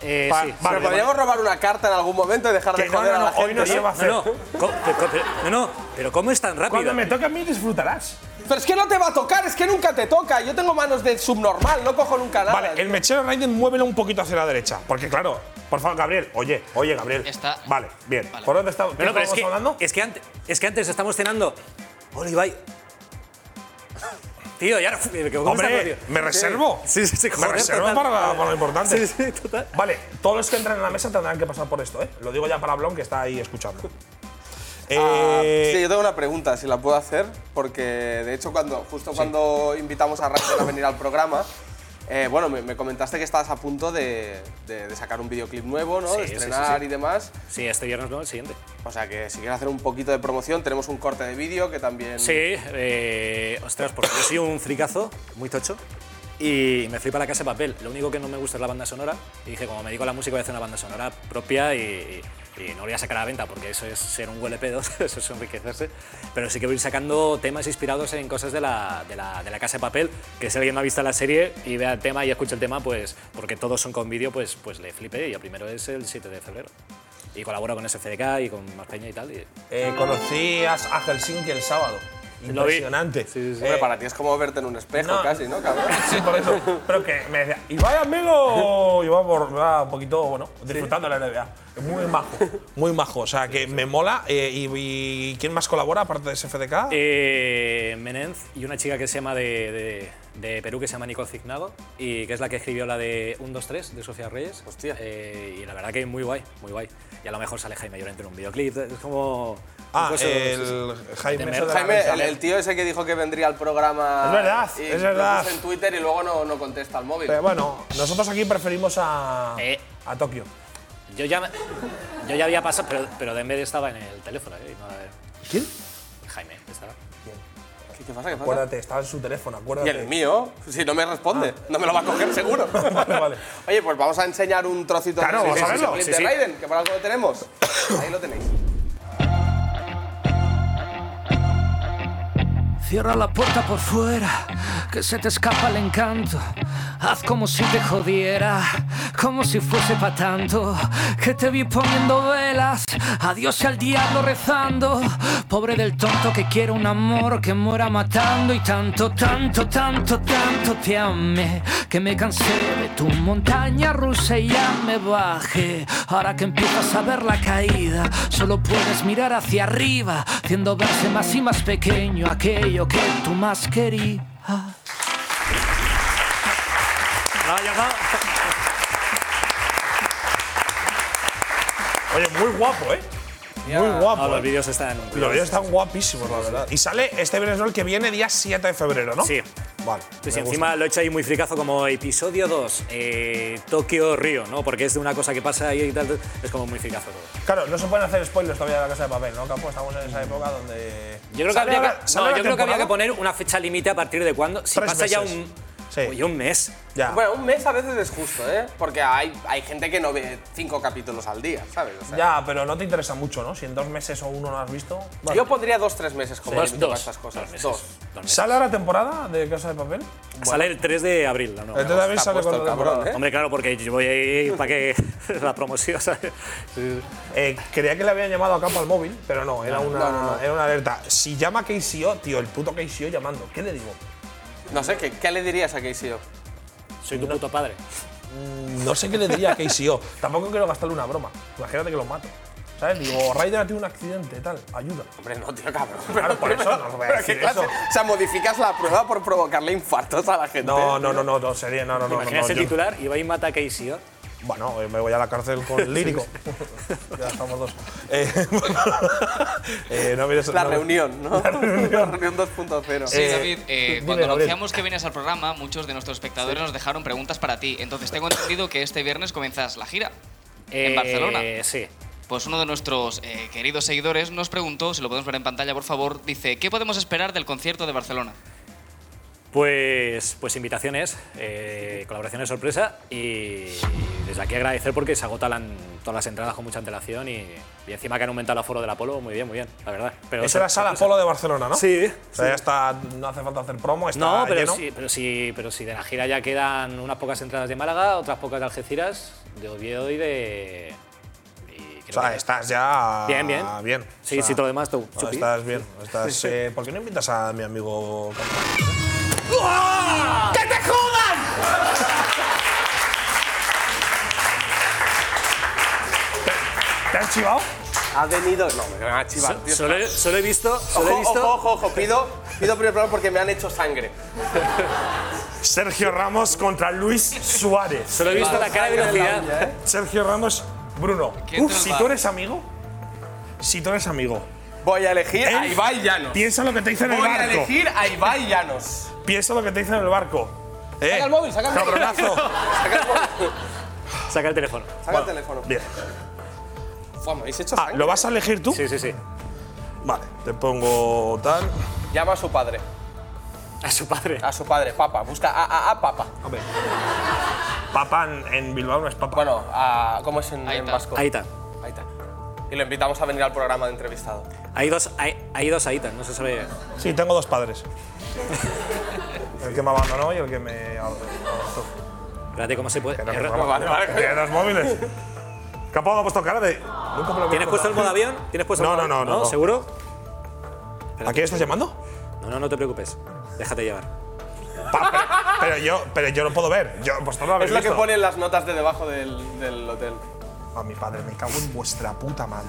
Speaker 12: Eh,
Speaker 3: Pa-
Speaker 12: sí.
Speaker 3: vale,
Speaker 2: Pero podríamos robar una carta en algún momento y dejar de
Speaker 3: Que no,
Speaker 2: joder
Speaker 3: no,
Speaker 2: a la
Speaker 3: no, hoy
Speaker 2: gente. ¿eh?
Speaker 3: no se va a hacer.
Speaker 12: No, co- pero- pero- no, no, pero ¿cómo es tan rápido?
Speaker 3: Cuando me toque a mí disfrutarás.
Speaker 2: Pero es que no te va a tocar, es que nunca te toca. Yo tengo manos de subnormal, no cojo nunca nada.
Speaker 3: Vale, el mechero Raiden muévelo un poquito hacia la derecha. Porque, claro, por favor, Gabriel. Oye, oye, Gabriel.
Speaker 4: Está-
Speaker 3: Vale, bien. ¿Por dónde está?
Speaker 12: No, no, pero es que,
Speaker 3: hablando?
Speaker 12: es que antes, es que antes estamos cenando.
Speaker 3: *laughs*
Speaker 12: Hola, Ibai. Tío, ya… ¿cómo está
Speaker 3: Hombre,
Speaker 12: rápido?
Speaker 3: me reservo.
Speaker 12: Sí, sí, sí.
Speaker 3: me
Speaker 12: joder,
Speaker 3: reservo
Speaker 12: total.
Speaker 3: para, para lo importante.
Speaker 12: Sí, sí, total.
Speaker 3: Vale, todos los que entran en la mesa tendrán que pasar por esto, ¿eh? Lo digo ya para Blon, que está ahí escuchando.
Speaker 2: Ah,
Speaker 3: Eh,
Speaker 2: sí, yo tengo una pregunta, si la puedo hacer, porque de hecho cuando justo cuando invitamos a Raiden a venir al programa, eh, bueno, me, me comentaste que estabas a punto de, de- de sacar un videoclip nuevo, ¿no?
Speaker 12: Sí,
Speaker 2: de
Speaker 12: sí, sí,
Speaker 2: estrenar
Speaker 12: sí.
Speaker 2: y demás.
Speaker 12: Sí, este viernes no, el siguiente.
Speaker 2: O sea que si quieres hacer un poquito de promoción, tenemos un corte de vídeo que también.
Speaker 12: Sí, eh, ostras, porque yo soy un fricazo, muy tocho, y me fui para la casa de papel. Lo único que no me gusta es la banda sonora, y dije, como me dedico a la música, voy a hacer una banda sonora propia y, y no lo voy a sacar a la venta, porque eso es ser un huele pedo, *laughs* eso es enriquecerse. Pero sí que voy a ir sacando temas inspirados en cosas de la, de la- de la casa de papel, que si alguien no ha visto la serie y vea el tema y escucha el tema, pues porque todos son con vídeo, pues, pues le flipe, y el primero es el 7 de febrero. Y colaboro con SFDK y con Más Peña y tal. y-
Speaker 3: eh, conocí a, a Helsinki el sábado. Impresionante. Eh,
Speaker 2: Hombre, para ti es como verte en un espejo casi, ¿no, cabrón?
Speaker 3: Sí, por *laughs* eso. Pero que me decía, y vaya amigo, iba por iba un poquito, bueno, disfrutando la NBA. Muy majo, muy majo. O sea, que me mola. eh, y, y quién más colabora aparte de SFDK?
Speaker 12: Eh, Menenz y una chica que se llama de, de- de Perú que se llama Nicole Cignado y que es la que escribió la de 1, 2, 3 de Sofía Reyes. Hostia. y la verdad que muy guay, muy guay. Y a lo mejor sale Jaime Llorente en un videoclip. Es como.
Speaker 3: Ah,
Speaker 12: un coso- pues,
Speaker 3: el Jaime-
Speaker 12: de
Speaker 3: eso de la
Speaker 12: Mer-
Speaker 3: ¿eh?
Speaker 2: Jaime, el, el tío ese que dijo que vendría al programa.
Speaker 3: Es verdad,
Speaker 2: y
Speaker 3: es
Speaker 2: lo
Speaker 3: verdad.
Speaker 2: puso en Twitter y luego no, no contesta al móvil.
Speaker 3: Pero bueno, nosotros aquí preferimos a, Ah, a Tokio.
Speaker 12: Eh, Yo ya, me- yo ya había pasado, pero, pero Dembélé estaba en el teléfono. ¿eh? Y no,
Speaker 3: ¿Quién?
Speaker 12: Jaime, estaba.
Speaker 2: ¿Qué, qué pasa? ¿Qué pasa?
Speaker 3: Acuérdate, estaba en su teléfono,
Speaker 2: Y
Speaker 3: acuérdate. *laughs*
Speaker 2: el mío, si no me responde,
Speaker 3: Ah.
Speaker 2: no me lo va a coger seguro. Oye, pues vamos a enseñar un trocito
Speaker 3: Claro,
Speaker 2: de
Speaker 3: vamos a verlo,
Speaker 2: clip
Speaker 3: sí,
Speaker 2: de
Speaker 3: sí.
Speaker 2: Raiden, que para algo lo tenemos. Ahí lo tenéis.
Speaker 8: Cierra la puerta por fuera, que se te escapa el encanto. Haz como si te jodiera, como si fuese pa' tanto. Que te vi poniendo velas, adiós y al diablo rezando. Pobre del tonto que quiere un amor que muera matando. Y tanto, tanto, tanto, tanto te amé, que me cansé de tu montaña rusa y ya me bajé. Ahora que empiezas a ver la caída, solo puedes mirar hacia arriba, haciendo verse más y más pequeño aquello que tú más querías.
Speaker 3: Oye, muy guapo, ¿eh? Muy guapo.
Speaker 12: No, los
Speaker 3: ¿eh?
Speaker 12: vídeos están-
Speaker 3: Los vídeos están guapísimos, la verdad. Y sale este viernes ¿no? el que viene día 7 de febrero, ¿no?
Speaker 12: Sí.
Speaker 3: Vale. me
Speaker 12: Sí, sí,
Speaker 3: gusta.
Speaker 12: encima lo he hecho ahí muy fricazo como episodio 2, eh, Tokio-Río, ¿no? Porque es de una cosa que pasa ahí y tal, es como muy fricazo todo.
Speaker 3: Claro, no se pueden hacer spoilers todavía de la casa de papel, ¿no, Capo? Estamos en esa época donde.
Speaker 12: Yo creo que,
Speaker 3: ¿Sale
Speaker 12: habría
Speaker 3: ahora-
Speaker 12: que,
Speaker 3: sale
Speaker 12: no,
Speaker 3: la
Speaker 12: yo creo que habría que
Speaker 3: temporada?
Speaker 12: poner una fecha límite a partir de cuándo. Si
Speaker 3: Tres
Speaker 12: pasa ya
Speaker 3: meses.
Speaker 12: un, Oye, un mes.
Speaker 2: Bueno, un mes a veces es justo, ¿eh? Porque hay, hay gente que no ve cinco capítulos al día, ¿sabes? O sea,
Speaker 3: Ya, pero no te interesa mucho, ¿no? Si en dos meses o uno no has visto. Vale.
Speaker 2: Yo pondría dos, tres meses como
Speaker 12: Dos,
Speaker 2: límite para
Speaker 12: dos.
Speaker 2: estas
Speaker 12: Dos
Speaker 2: cosas. Dos.
Speaker 12: meses.
Speaker 3: ¿Sale ahora temporada de Casa de Papel?
Speaker 12: Sale el 3 de abril. No, no,
Speaker 3: El 3 de abril
Speaker 12: Está
Speaker 3: sale
Speaker 12: puesto
Speaker 3: con
Speaker 12: el
Speaker 3: la
Speaker 12: cabrón,
Speaker 3: temporada.
Speaker 12: ¿eh? Hombre, claro, porque yo voy ahí para que *laughs* la promoción, ¿sabes?
Speaker 3: Eh, creía que le habían llamado a Capo al móvil, pero no, era,
Speaker 2: No,
Speaker 3: una,
Speaker 2: no, no, no.
Speaker 3: era una alerta. Si llama KCO, tío, el puto KCO llamando, ¿qué le digo?
Speaker 2: No sé, ¿qué, qué le dirías a Casey?
Speaker 12: Soy tu puto padre.
Speaker 3: Mm, No sé qué le diría a KCO. Tampoco quiero gastarle una broma. Imagínate que lo mato. ¿Sabes? Digo,
Speaker 12: *laughs*
Speaker 3: Raider ha tenido un accidente, tal, ayuda.
Speaker 2: Hombre, no, tío, cabrón.
Speaker 3: Claro, por eso no os voy a
Speaker 2: *laughs* Pero
Speaker 3: decir
Speaker 2: qué clase-
Speaker 3: eso.
Speaker 2: O sea, modificas la prueba por provocarle infartos a la gente.
Speaker 3: No, no, no, no, no, sería, no, no, no. no,
Speaker 12: Imaginas
Speaker 3: no,
Speaker 12: el
Speaker 3: yo-
Speaker 12: titular y va y mata a Casey, ¿no?
Speaker 3: Bueno, eh, me voy a la cárcel con
Speaker 12: *laughs*
Speaker 3: el lírico. ya estamos dos. Eh, *laughs* eh, no mires-
Speaker 2: La
Speaker 3: no-
Speaker 2: reunión, ¿no?
Speaker 3: La
Speaker 2: *laughs*
Speaker 3: reunión.
Speaker 2: 2.0.
Speaker 4: Sí, David, eh,
Speaker 3: dime,
Speaker 4: cuando
Speaker 3: Gabriel.
Speaker 4: anunciamos que venías al programa, muchos de nuestros espectadores nos dejaron preguntas para ti. Entonces, tengo entendido que este viernes comienzas la gira en
Speaker 12: Eh,
Speaker 4: Barcelona.
Speaker 12: Sí.
Speaker 4: Pues uno de nuestros eh, queridos seguidores nos preguntó, si lo podemos ver en pantalla, por favor, dice, ¿qué podemos esperar del concierto de Barcelona?
Speaker 12: Pues, pues invitaciones, eh, colaboraciones sorpresa y desde aquí agradecer porque se agotan la- todas las entradas con mucha antelación y, y encima que han aumentado el aforo del Apolo, muy bien, muy bien, la verdad. Pero
Speaker 3: Esa es la sala Polo de Barcelona, ¿no?
Speaker 12: Sí,
Speaker 3: O sea,
Speaker 12: sí.
Speaker 3: ya está, no hace falta hacer promo, está
Speaker 12: No, pero
Speaker 3: lleno.
Speaker 12: sí, pero sí, pero sí, de la gira ya quedan unas pocas entradas de Málaga, otras pocas de Algeciras, de Oviedo y de...
Speaker 3: O sea, estás ya
Speaker 12: Bien, bien.
Speaker 3: bien.
Speaker 12: Sí,
Speaker 3: O sea,
Speaker 12: sí, todo lo demás tú. chupi.
Speaker 3: Estás bien. Estás, eh, ¿Por qué no invitas a mi amigo Campos?
Speaker 12: ¡Ah!
Speaker 15: ¡Que te jodan!
Speaker 3: ¿Te has chivado?
Speaker 2: Ha venido. No, me van a chivar.
Speaker 12: So-
Speaker 2: tío.
Speaker 12: solo, he- solo he visto... Solo he
Speaker 2: Ojo,
Speaker 12: visto
Speaker 2: ojo, ojo, ojo, pido, pido primer plano porque me han hecho sangre.
Speaker 3: Sergio Ramos contra Luis Suárez.
Speaker 12: Solo he visto la cara de velocidad.
Speaker 3: Sergio Ramos, Bruno.
Speaker 12: ¿Qué
Speaker 3: Uf,
Speaker 12: tal
Speaker 3: si
Speaker 12: va?
Speaker 3: tú eres amigo, si tú eres amigo.
Speaker 2: Voy a elegir a
Speaker 3: Él-
Speaker 2: Ibai Llanos.
Speaker 3: Piensa lo que te dice en el
Speaker 2: Voy
Speaker 3: barco.
Speaker 2: a elegir a Ibai Llanos.
Speaker 3: Piensa lo que te dice en el barco. Eh,
Speaker 2: Saca el móvil, saca el móvil.
Speaker 3: Cabronazo.
Speaker 2: *laughs* saca el móvil.
Speaker 12: Saca el teléfono.
Speaker 2: Saca el teléfono.
Speaker 3: Bien.
Speaker 2: Fua, me habéis hecho
Speaker 3: Ah,
Speaker 2: sangre.
Speaker 3: ¿lo vas a elegir tú?
Speaker 12: Sí, sí, sí.
Speaker 3: Vale, te pongo tal.
Speaker 2: Llama a su padre.
Speaker 12: ¿A su padre?
Speaker 2: A su padre, papa. Busca a, a, a papa.
Speaker 3: A ver. Papa en, en Bilbao no es papa.
Speaker 2: Bueno, a, ¿cómo es en, en
Speaker 12: Aita.
Speaker 2: vasco?
Speaker 12: Aita.
Speaker 2: Aita. Y lo invitamos a venir al programa de entrevistado.
Speaker 12: Hay dos, hay, hay dos Aitas, no se sabe...
Speaker 3: Sí, tengo dos padres. el que me abandonó y el que me
Speaker 12: Espérate, ¿cómo se puede...?
Speaker 3: no, que
Speaker 12: Erra-
Speaker 3: no, vale, vale. Tiene dos móviles. Capo ha puesto cara de. Nunca me lo había
Speaker 12: ¿Tienes puesto el
Speaker 3: contado.
Speaker 12: modo avión? ¿Tienes puesto el
Speaker 3: No,
Speaker 12: modo
Speaker 3: no, no,
Speaker 12: avión?
Speaker 3: no, no.
Speaker 12: ¿Seguro?
Speaker 3: ¿A quién estás llamando?
Speaker 12: No, no, no te preocupes. Déjate llevar.
Speaker 3: Pero yo, pero yo lo puedo ver. Yo, vosotros lo habéis
Speaker 2: Es lo que
Speaker 3: visto.
Speaker 2: ponen las notas de debajo del, del hotel.
Speaker 3: A mi padre, me cago en vuestra puta madre.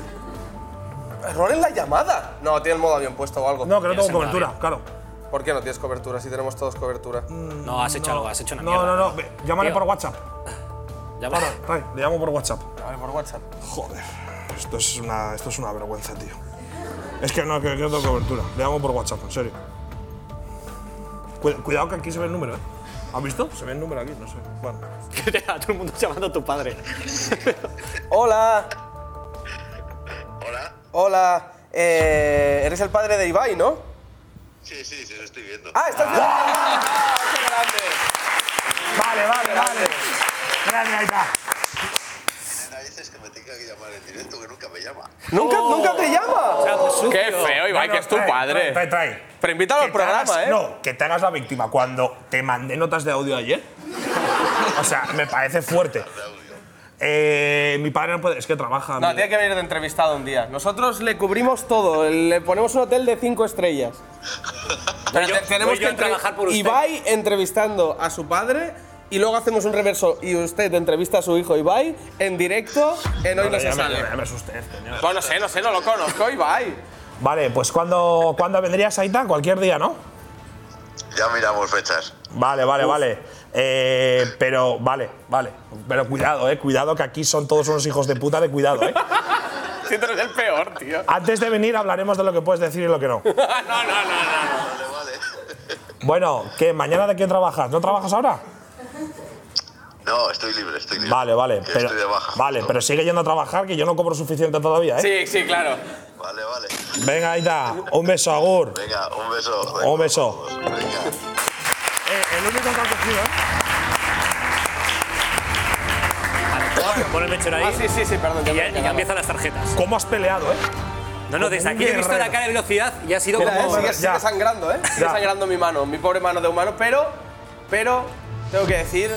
Speaker 2: Error en la llamada. No, tiene el modo avión puesto o algo.
Speaker 3: No, que no
Speaker 2: Tienes
Speaker 3: tengo
Speaker 2: el
Speaker 3: cobertura,
Speaker 2: modo
Speaker 3: claro.
Speaker 2: avión. ¿Por qué no tienes cobertura? Si tenemos todos cobertura.
Speaker 12: No, has hecho algo, has hecho una
Speaker 3: No,
Speaker 12: mierda.
Speaker 3: no, no. ve, Llámale
Speaker 12: Tío.
Speaker 3: por WhatsApp.
Speaker 12: Llámale.
Speaker 3: Ahora, Ray, le llamo por WhatsApp.
Speaker 2: Llámale por WhatsApp.
Speaker 3: Joder. Esto es una, esto es una vergüenza, tío. Es que no, que, que no tengo cobertura. Le llamo por WhatsApp, en serio. Cuida- Cuidado que aquí se ve el número, ¿eh? ¿Has visto? Se ve el número aquí, no sé. Bueno.
Speaker 12: a todo el mundo llamando a tu padre.
Speaker 2: Hola. Hola. Hola. Eh, eres el padre de Ibai, ¿no? Sí, sí, sí, lo estoy viendo. Ah, estás viendo.
Speaker 3: Vale, vale, vale. Grande, ahí está.
Speaker 2: ¿Nunca, nunca te llama?
Speaker 3: Qué
Speaker 12: Eh,
Speaker 2: feo, Ibai, que es tu padre.
Speaker 3: Trae, trae.
Speaker 2: Pero invítalo al
Speaker 3: te
Speaker 2: programa,
Speaker 3: hagas-
Speaker 2: ¿eh?
Speaker 3: No, que te hagas la víctima cuando te mandé notas de audio ayer. o sea, me parece fuerte. Eh, mi padre no puede. Es que trabaja.
Speaker 2: No,
Speaker 3: mi-
Speaker 2: tiene que venir de entrevistado un día. Nosotros le cubrimos todo. Le ponemos un hotel de cinco estrellas. Pero te- tenemos
Speaker 12: voy yo
Speaker 2: que
Speaker 12: a trabajar por usted.
Speaker 2: Ibai entrevistando a su padre y luego hacemos un reverso y usted entrevista a su hijo Ibai en directo en Hoy no,
Speaker 3: Vale,
Speaker 2: se
Speaker 3: ya me-
Speaker 2: sale.
Speaker 3: ya me asusté, coño.
Speaker 2: Bueno, no sé, no sé, no lo conozco, Ibai.
Speaker 3: Vale, pues cuando, cuando vendrías ahí tan cualquier día, ¿no?
Speaker 16: Ya miramos fechas.
Speaker 3: Vale, vale,
Speaker 16: Uf.
Speaker 3: vale. Eh, pero, vale, vale. Pero cuidado, eh. Cuidado que aquí son todos unos hijos de puta de cuidado, eh.
Speaker 2: Si tú eres el peor, tío.
Speaker 3: Antes de venir hablaremos de lo que puedes decir y lo que *laughs* no.
Speaker 2: no, no, no, no.
Speaker 3: Bueno, que mañana de qué trabajas? ¿No trabajas ahora?
Speaker 16: No, estoy libre, estoy libre.
Speaker 3: Vale, vale.
Speaker 16: Que
Speaker 3: Pero,
Speaker 16: estoy de baja.
Speaker 3: vale, pero sigue yendo a trabajar, que yo no cobro suficiente todavía, ¿eh?
Speaker 2: Sí, sí, claro.
Speaker 16: Vale, vale.
Speaker 3: Venga, Aita, un beso, Agur.
Speaker 16: Venga, un beso.
Speaker 3: Un beso.
Speaker 16: Venga.
Speaker 3: Eh, el único que ha cogido, ¿eh?
Speaker 12: Pon el mechero ahí.
Speaker 2: Ah, sí, sí, sí, perdón.
Speaker 12: Y ya, y ya empiezan las tarjetas.
Speaker 3: ¿Cómo has peleado, eh?
Speaker 12: No, no, desde
Speaker 3: Como un
Speaker 12: aquí he visto la
Speaker 3: guerrero.
Speaker 12: cara de velocidad y ha sido
Speaker 2: Mira, eh,
Speaker 12: como.
Speaker 2: sigue, sigue sangrando, ¿eh? Sigue
Speaker 12: Ya.
Speaker 2: sangrando mi mano, mi pobre mano de humano, pero, pero tengo que decir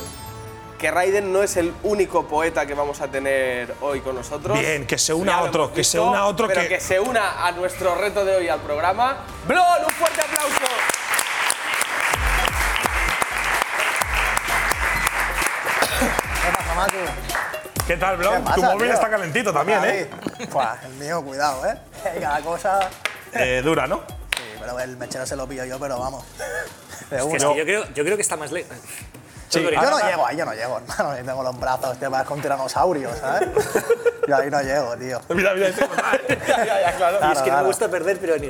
Speaker 2: que Raiden no es el único poeta que vamos a tener hoy con nosotros.
Speaker 3: Bien, que se una
Speaker 2: Ya
Speaker 3: a
Speaker 2: lo
Speaker 3: otro,
Speaker 2: hemos
Speaker 3: que se
Speaker 2: visto,
Speaker 3: una a otro
Speaker 2: pero
Speaker 3: que.
Speaker 2: que... se una a nuestro reto de hoy al programa. ¡Blon, un fuerte aplauso!
Speaker 3: ¿Qué tal, Blon?
Speaker 5: ¿Qué pasa,
Speaker 3: tu móvil
Speaker 5: tío?
Speaker 3: está calentito también, ¿eh?
Speaker 5: Buah, el mío, cuidado, ¿eh? Cada cosa.
Speaker 3: Eh, Dura, ¿no?
Speaker 5: Sí, pero el mechero se lo pillo yo, pero vamos.
Speaker 12: Es que
Speaker 5: una.
Speaker 12: sí, yo, creo, yo creo que está más lejos.
Speaker 5: yo no llego, ahí yo no llego, hermano. Yo tengo los brazos, te vas con tiranosaurio, ¿sabes? *laughs* yo ahí no llego, tío.
Speaker 3: *laughs* Mira, mira,
Speaker 12: *laughs*
Speaker 2: ya, ya, ya, claro.
Speaker 5: Claro, claro.
Speaker 12: perder, pero ni.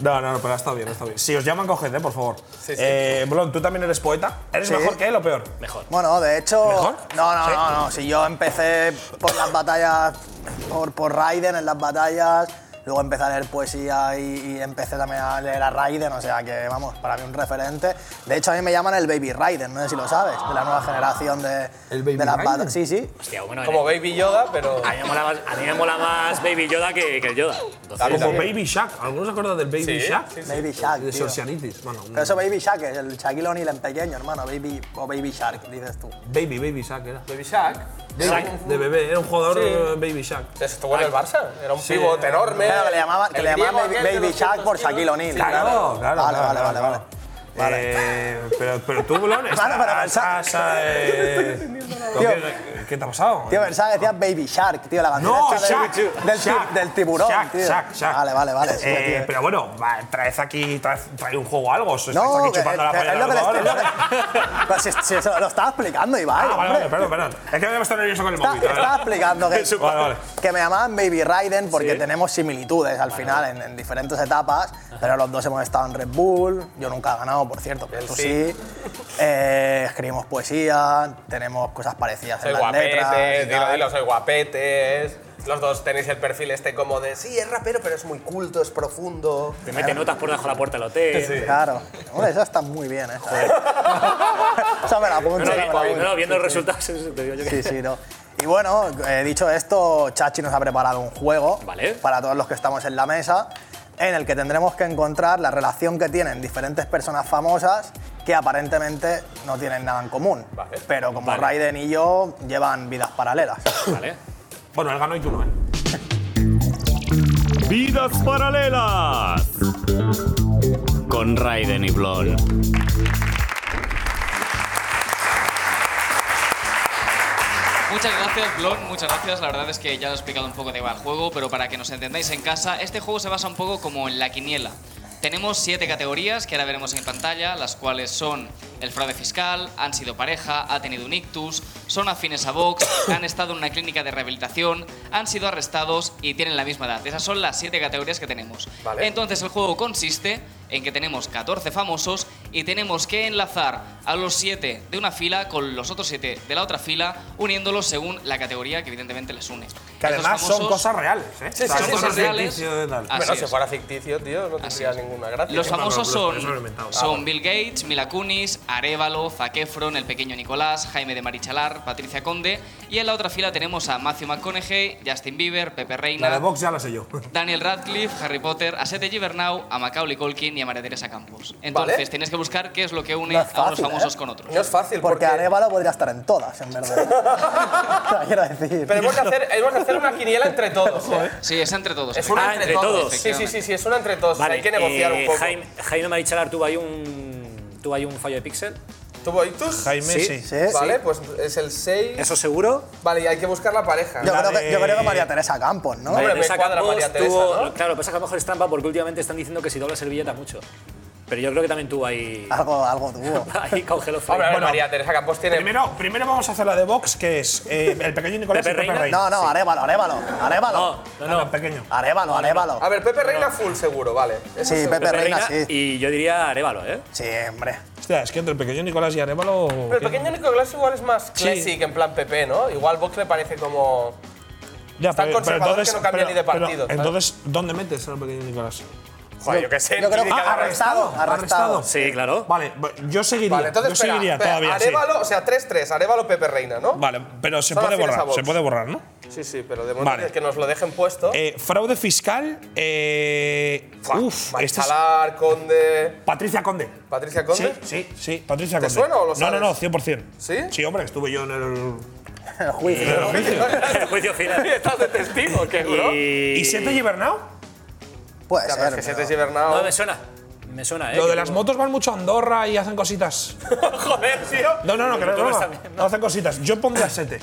Speaker 3: No, no, no, pero está bien, está bien. Si os llaman, coged, ¿eh? por favor.
Speaker 5: Sí, sí.
Speaker 3: Eh, Blon, ¿tú también eres poeta? ¿Eres
Speaker 5: Sí.
Speaker 3: mejor que él o peor?
Speaker 12: Mejor.
Speaker 5: Bueno, de hecho.
Speaker 3: ¿Mejor?
Speaker 5: No, no,
Speaker 3: Sí.
Speaker 5: no, no. Si yo empecé por las batallas, por, por Raiden en las batallas, luego empecé a leer poesía y, y empecé también a leer a Raiden, o sea que, vamos, para mí un referente. De hecho, a mí me llaman el Baby Raiden, no sé si lo sabes, de la nueva generación de, de las
Speaker 2: Raiden?
Speaker 5: batallas. Sí, sí.
Speaker 12: Hostia, bueno,
Speaker 2: Como
Speaker 12: eh,
Speaker 2: Baby Yoda, pero.
Speaker 12: a, mí me mola más, a mí me mola más Baby Yoda que, que el Yoda. Entonces,
Speaker 3: Ah, Como Baby Shaq. ¿Algunos se acuerdan del Baby
Speaker 12: Sí,
Speaker 3: Shaq?
Speaker 12: sí, sí.
Speaker 5: Baby Shaq,
Speaker 3: De
Speaker 5: tío.
Speaker 3: Sorcianitis. Bueno, un-
Speaker 5: Pero eso Baby Shark es el Shaquille O'Neal en pequeño, hermano. Baby, o Baby Shark, dices tú.
Speaker 3: Baby, Baby Shaq era.
Speaker 2: Baby Shaq.
Speaker 3: Shaq, de bebé, era un jugador
Speaker 2: Sí.
Speaker 3: eh, Baby Shaq.
Speaker 2: Estuvo en el Barça. Era un
Speaker 3: Sí.
Speaker 2: pivot enorme.
Speaker 5: Claro, que le llamaban, que
Speaker 2: El
Speaker 5: le llamaban
Speaker 2: griego
Speaker 5: Baby,
Speaker 2: aquel de
Speaker 5: Baby
Speaker 2: 200
Speaker 5: Shark por Shaquille
Speaker 2: kilos.
Speaker 5: O'Neal.
Speaker 2: Sí, claro.
Speaker 3: Claro, claro.
Speaker 5: Vale,
Speaker 3: claro,
Speaker 5: vale,
Speaker 3: claro,
Speaker 5: vale, vale.
Speaker 3: claro. Eh, pero, pero tú,
Speaker 5: *laughs*
Speaker 3: Blon, estás, estás, eh, ¿con
Speaker 5: Tío.
Speaker 3: qué, ¿Qué te ha pasado?
Speaker 5: Tío, pensaba que decía Baby Shark, tío, la bandera
Speaker 3: No,
Speaker 5: esta del-
Speaker 3: Shaq,
Speaker 5: del, ti-
Speaker 3: Shaq,
Speaker 5: del tiburón,
Speaker 3: Shaq,
Speaker 5: tío.
Speaker 3: Shaq, Shaq.
Speaker 5: Vale, vale, vale. sí,
Speaker 3: Eh,
Speaker 5: tío.
Speaker 3: pero bueno, va, traes aquí, traes, trae un juego o algo. ¿Os estáis
Speaker 5: No,
Speaker 3: aquí
Speaker 5: que-
Speaker 3: chupando la
Speaker 5: que-
Speaker 3: polla
Speaker 5: es lo que
Speaker 3: de
Speaker 5: le
Speaker 3: los
Speaker 5: estoy-
Speaker 3: jugadores? *laughs*
Speaker 5: Pero si, si eso lo estaba explicando, Ibai,
Speaker 3: Ah, vale, vale,
Speaker 5: hombre.
Speaker 3: perdón, perdón. Es que me he puesto nervioso con el
Speaker 5: Está-
Speaker 3: móvil. ¿vale?
Speaker 5: estaba
Speaker 3: *laughs*
Speaker 5: explicando que,
Speaker 3: Vale, vale.
Speaker 5: que me llamaban Baby Raiden porque tenemos similitudes al final en, en diferentes etapas, pero los dos hemos estado en Red Bull, yo nunca he ganado, por cierto, pero tú sí. Eh, escribimos poesía, tenemos cosas parecidas
Speaker 2: Soy
Speaker 5: en las letras.
Speaker 2: guapete,
Speaker 5: y
Speaker 2: dilo,
Speaker 5: tal.
Speaker 2: dilo, soy guapetes. Los dos tenéis el perfil este como de sí, es rapero, pero es muy culto, es profundo.
Speaker 12: Te mete notas por debajo de la puerta del hotel.
Speaker 5: Claro. Hombre, esa está muy bien, ¿eh?
Speaker 12: *laughs*
Speaker 5: esa me la apunto.
Speaker 12: No, no,
Speaker 5: esa me la
Speaker 12: vi-
Speaker 5: apunto.
Speaker 12: no, viendo los
Speaker 5: Sí, sí.
Speaker 12: resultados, te digo yo que-
Speaker 5: Sí, sí, no. Y bueno, eh, dicho esto, Chachi nos ha preparado un juego para todos los que estamos en la mesa, en el que tendremos que encontrar la relación que tienen diferentes personas famosas que aparentemente no tienen nada en común. Pero como
Speaker 3: Vale.
Speaker 5: Raiden y yo llevan vidas
Speaker 12: *laughs*
Speaker 5: paralelas.
Speaker 12: Vale.
Speaker 3: Bueno, él ganó y tú no, ¿eh?
Speaker 17: Vidas paralelas. Con con Raiden y Blon.
Speaker 4: Muchas gracias, Blon, muchas gracias. La verdad es que ya os he explicado un poco de qué va el juego, pero para que nos entendáis en casa, este juego se basa un poco como en la quiniela. Tenemos siete categorías que ahora veremos en pantalla, las cuales son el fraude fiscal, han sido pareja, ha tenido un ictus, son afines a Vox, han estado en una clínica de rehabilitación, han sido arrestados y tienen la misma edad. Esas son las siete categorías que tenemos. Entonces el juego consiste en que tenemos 14 famosos y tenemos que enlazar a los 7 de una fila con los otros 7 de la otra fila, uniéndolos según la categoría que evidentemente les une.
Speaker 3: Que
Speaker 4: Estos
Speaker 3: además son
Speaker 4: famosos-
Speaker 3: cosas reales, ¿eh?
Speaker 4: Sí, sí,
Speaker 3: O sea,
Speaker 4: sí,
Speaker 3: no
Speaker 4: sí,
Speaker 3: es
Speaker 4: sí.
Speaker 3: ficticio de tal.
Speaker 4: Así
Speaker 2: Bueno, si
Speaker 4: es.
Speaker 2: fuera ficticio, tío, no tendría ninguna gracia.
Speaker 4: Los
Speaker 2: Bueno,
Speaker 4: famosos
Speaker 2: pero por eso me lo he
Speaker 4: son,
Speaker 2: inventado.
Speaker 4: son Bill Gates, Mila Kunis, Arevalo, Zac Efron, el pequeño Nicolás, Jaime de Marichalar, Patricia Conde. Y en la otra fila tenemos a Matthew McConaughey, Justin Bieber, Pepe
Speaker 3: La de
Speaker 4: Reina,
Speaker 3: Vox ya la sé yo. *laughs*
Speaker 4: Daniel Radcliffe, Harry Potter, a Sete Gibernau, a Macaulay Culkin y a María Teresa Campos. Entonces
Speaker 5: Vale.
Speaker 4: tienes que buscar qué es lo que une
Speaker 5: No es
Speaker 4: a unos
Speaker 5: fácil,
Speaker 4: famosos
Speaker 5: ¿eh?
Speaker 4: con otros.
Speaker 2: No es fácil
Speaker 5: Porque Arevalo podría estar en todas, en
Speaker 12: *laughs*
Speaker 5: verdad. *laughs* O sea, quiero decir.
Speaker 2: Pero hemos de hacer, hemos de hacer una quiniela entre todos, ¿eh?
Speaker 4: Sí, es entre todos.
Speaker 2: Es una
Speaker 12: Ah,
Speaker 2: entre,
Speaker 12: entre
Speaker 2: todos.
Speaker 12: todos.
Speaker 2: Sí, sí, sí, sí, es una entre todos. Hay que negociar
Speaker 12: eh,
Speaker 2: un poco.
Speaker 12: Jaime, Jaime Marichalar, ¿tuvo ahí un, tuvo ahí un fallo de pixel?
Speaker 2: ¿Tuvo ictus?
Speaker 12: Jaime, Sí. sí.
Speaker 2: Vale,
Speaker 12: Sí.
Speaker 2: pues es el 6.
Speaker 12: ¿Eso seguro?
Speaker 2: Vale, y hay que buscar la pareja.
Speaker 5: Yo, creo que, yo creo que María Teresa Campos, ¿no?
Speaker 12: María
Speaker 2: Hombre, me
Speaker 12: Teresa
Speaker 2: cuadra
Speaker 12: Campos
Speaker 2: María Teresa,
Speaker 12: tuvo-
Speaker 2: ¿no?
Speaker 12: Claro, pasa que a lo mejor es trampa porque últimamente están diciendo que si doblas el billete mucho. Pero yo creo que también tuvo ahí.
Speaker 5: Algo, algo tuvo.
Speaker 12: ahí congeló frío.
Speaker 2: Hombre, a ver, María Teresa Campos tiene.
Speaker 3: Primero, primero vamos a hacer la de Vox, que es eh, el pequeño Nicolás
Speaker 12: ¿Pepe
Speaker 3: y Pepe
Speaker 12: Reina?
Speaker 3: Reina.
Speaker 5: No, no, Arevalo, Arevalo, Arevalo.
Speaker 12: No,
Speaker 3: no, pequeño.
Speaker 5: Arevalo, Arevalo.
Speaker 2: A ver, Pepe Reina full seguro, vale. Eso
Speaker 5: Sí,
Speaker 2: seguro.
Speaker 5: Pepe Reina, sí.
Speaker 12: Y yo diría Arevalo, ¿eh?
Speaker 5: Sí, hombre.
Speaker 3: Hostia, es que entre el pequeño Nicolás y Arevalo.
Speaker 2: Pero el pequeño Nicolás igual es más
Speaker 3: Sí.
Speaker 2: classic en plan Pepe, ¿no? Igual Vox le parece como.
Speaker 3: Ya,
Speaker 2: tan conservador que no cambia ni de
Speaker 3: pero,
Speaker 2: partido, ¿sabes?
Speaker 3: entonces, ¿dónde metes al pequeño Nicolás?
Speaker 2: Joder, yo qué sé.
Speaker 5: Yo creo-
Speaker 2: clínica de
Speaker 5: Ah, arrestado, arrestado.
Speaker 12: Sí, claro.
Speaker 3: Vale, yo seguiría.
Speaker 2: Vale, entonces
Speaker 3: yo
Speaker 2: espera,
Speaker 3: seguiría
Speaker 2: espera,
Speaker 3: todavía. sí.
Speaker 2: Arevalo, o sea, 3-3, Arevalo Pepe Reina, ¿no?
Speaker 3: Vale, pero se
Speaker 2: Son
Speaker 3: puede
Speaker 2: afines a
Speaker 3: borrar.
Speaker 2: Vox.
Speaker 3: Se puede borrar, ¿no?
Speaker 2: Sí, sí, pero de momento
Speaker 3: Vale.
Speaker 2: que nos lo dejen puesto.
Speaker 3: Eh, fraude fiscal. Eh, uf, este es-
Speaker 2: Salar, Conde.
Speaker 3: Patricia Conde.
Speaker 2: ¿Patricia Conde?
Speaker 3: Sí, sí, sí, Patricia
Speaker 2: ¿Te
Speaker 3: Conde.
Speaker 2: suena o lo
Speaker 3: No,
Speaker 2: sabes?
Speaker 3: no, no, 100%.
Speaker 2: ¿Sí?
Speaker 3: Sí, hombre, estuve yo en el.
Speaker 12: *laughs*
Speaker 5: El juicio.
Speaker 3: En el juicio.
Speaker 12: El juicio final.
Speaker 2: *laughs* ¿Estás de testigo, qué, bro?
Speaker 12: Y,
Speaker 3: ¿Y Sete Gibernau?
Speaker 5: Puede
Speaker 2: Ya, pero es que
Speaker 5: ser.
Speaker 2: Siete
Speaker 5: pero-
Speaker 2: Gibernau.
Speaker 12: No, me suena. Me suena, ¿eh?
Speaker 3: Lo
Speaker 12: que
Speaker 3: de las
Speaker 12: tuvo-
Speaker 3: motos van mucho a Andorra y hacen cositas.
Speaker 2: *laughs* Joder, tío.
Speaker 3: No, no, no, que no, es
Speaker 12: Pero tú no
Speaker 3: broma.
Speaker 12: estás
Speaker 3: No hacen cositas. Yo pondría Sete.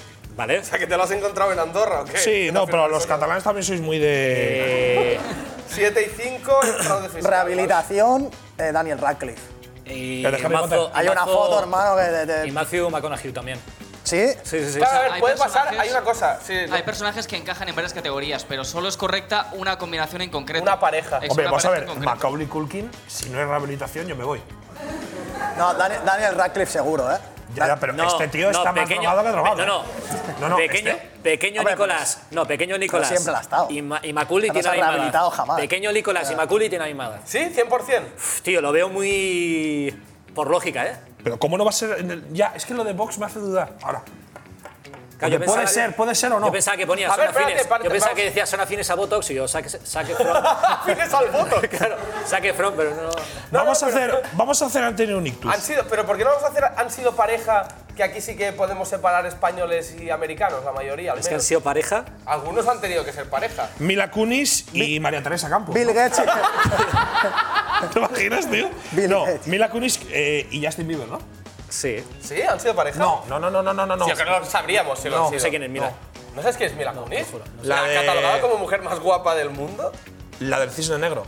Speaker 2: *laughs*
Speaker 12: Vale.
Speaker 2: O sea, que te lo has encontrado en Andorra, ¿o *laughs* qué?
Speaker 3: Sí, no, pero los catalanes también sois muy de.
Speaker 12: Eh,
Speaker 2: 7
Speaker 3: *laughs*
Speaker 2: y 5, fraude fiscal.
Speaker 5: Rehabilitación, eh, Daniel Radcliffe.
Speaker 12: y
Speaker 3: Pero déjame
Speaker 12: Mazo-
Speaker 3: contar.
Speaker 5: Hay una
Speaker 12: Mazo-
Speaker 5: foto, hermano, que de-
Speaker 12: Y
Speaker 5: de-
Speaker 12: Matthew McConaughey también.
Speaker 5: ¿Sí?
Speaker 12: Sí, sí, sí.
Speaker 2: Claro, a
Speaker 4: Hay
Speaker 2: ver, puede pasar,
Speaker 4: personajes-
Speaker 2: hay una cosa. Sí,
Speaker 4: Hay personajes que encajan en varias categorías, pero solo es correcta una combinación en concreto.
Speaker 2: una pareja.
Speaker 4: Es
Speaker 3: Hombre,
Speaker 4: una
Speaker 3: vamos a
Speaker 4: pareja
Speaker 3: ver,
Speaker 4: en concreto.
Speaker 3: Macaulay Culkin, si no es rehabilitación, yo me voy.
Speaker 5: No, Daniel, Daniel Radcliffe seguro, ¿eh?
Speaker 3: Ya, ya, pero este tío está más drogado que drogado.
Speaker 12: pe- No, no.
Speaker 3: No, no,
Speaker 12: pequeño
Speaker 3: este- pues,
Speaker 12: pequeño
Speaker 5: Hombre,
Speaker 12: Nicolás. No, pequeño Nicolás.
Speaker 5: siempre lo ha estado.
Speaker 12: Y, Ma- y Macaulay
Speaker 5: No
Speaker 12: tiene
Speaker 5: se ha
Speaker 12: animada.
Speaker 5: rehabilitado jamás.
Speaker 12: Pequeño Nicolás y Macaulay tiene animada.
Speaker 2: ¿Sí? ¿100%?
Speaker 12: Tío, lo veo muy. por lógica, ¿eh?
Speaker 3: Pero ¿cómo no va a ser? en el- ya, es que lo de Vox me hace dudar. Ahora.
Speaker 12: Claro, yo
Speaker 3: Porque
Speaker 12: pensaba
Speaker 3: puede
Speaker 12: que-
Speaker 3: ser, puede ser o no.
Speaker 12: Yo pensaba que ponía
Speaker 2: A ver,
Speaker 12: son
Speaker 2: espérate,
Speaker 12: afines.
Speaker 2: parte-
Speaker 12: yo pensaba
Speaker 2: vamos.
Speaker 12: que decía son afines a Botox y yo saque, saque front.
Speaker 2: *laughs* Fines al voto.
Speaker 12: claro, saque front, pero no.
Speaker 3: vamos, a hacer, vamos a hacer Antonio un ictus.
Speaker 2: Han sido, pero ¿por qué no vamos a hacer? Han sido pareja que aquí sí que podemos separar españoles y americanos, la mayoría. Al
Speaker 12: Es que han
Speaker 2: menos.
Speaker 12: sido pareja.
Speaker 2: Algunos han tenido que ser pareja.
Speaker 3: Mila Kunis y María Teresa Campos.
Speaker 5: Bill Gates.
Speaker 3: *laughs* ¿Te imaginas, tío?
Speaker 5: Bill
Speaker 3: no,
Speaker 5: Gates.
Speaker 3: Mila Kunis eh, y Justin Bieber, ¿no?
Speaker 12: Sí.
Speaker 2: Sí, han sido pareja.
Speaker 3: No, no, no, no, no, no, no.
Speaker 2: Sí, yo creo que no lo sabríamos si lo
Speaker 3: No,
Speaker 2: han sido.
Speaker 12: No sé quién es, mira.
Speaker 2: ¿No sabes quién es Mila Kunis?
Speaker 3: La
Speaker 2: La,
Speaker 3: de-
Speaker 2: catalogada como mujer más guapa del mundo.
Speaker 3: La del cisne negro.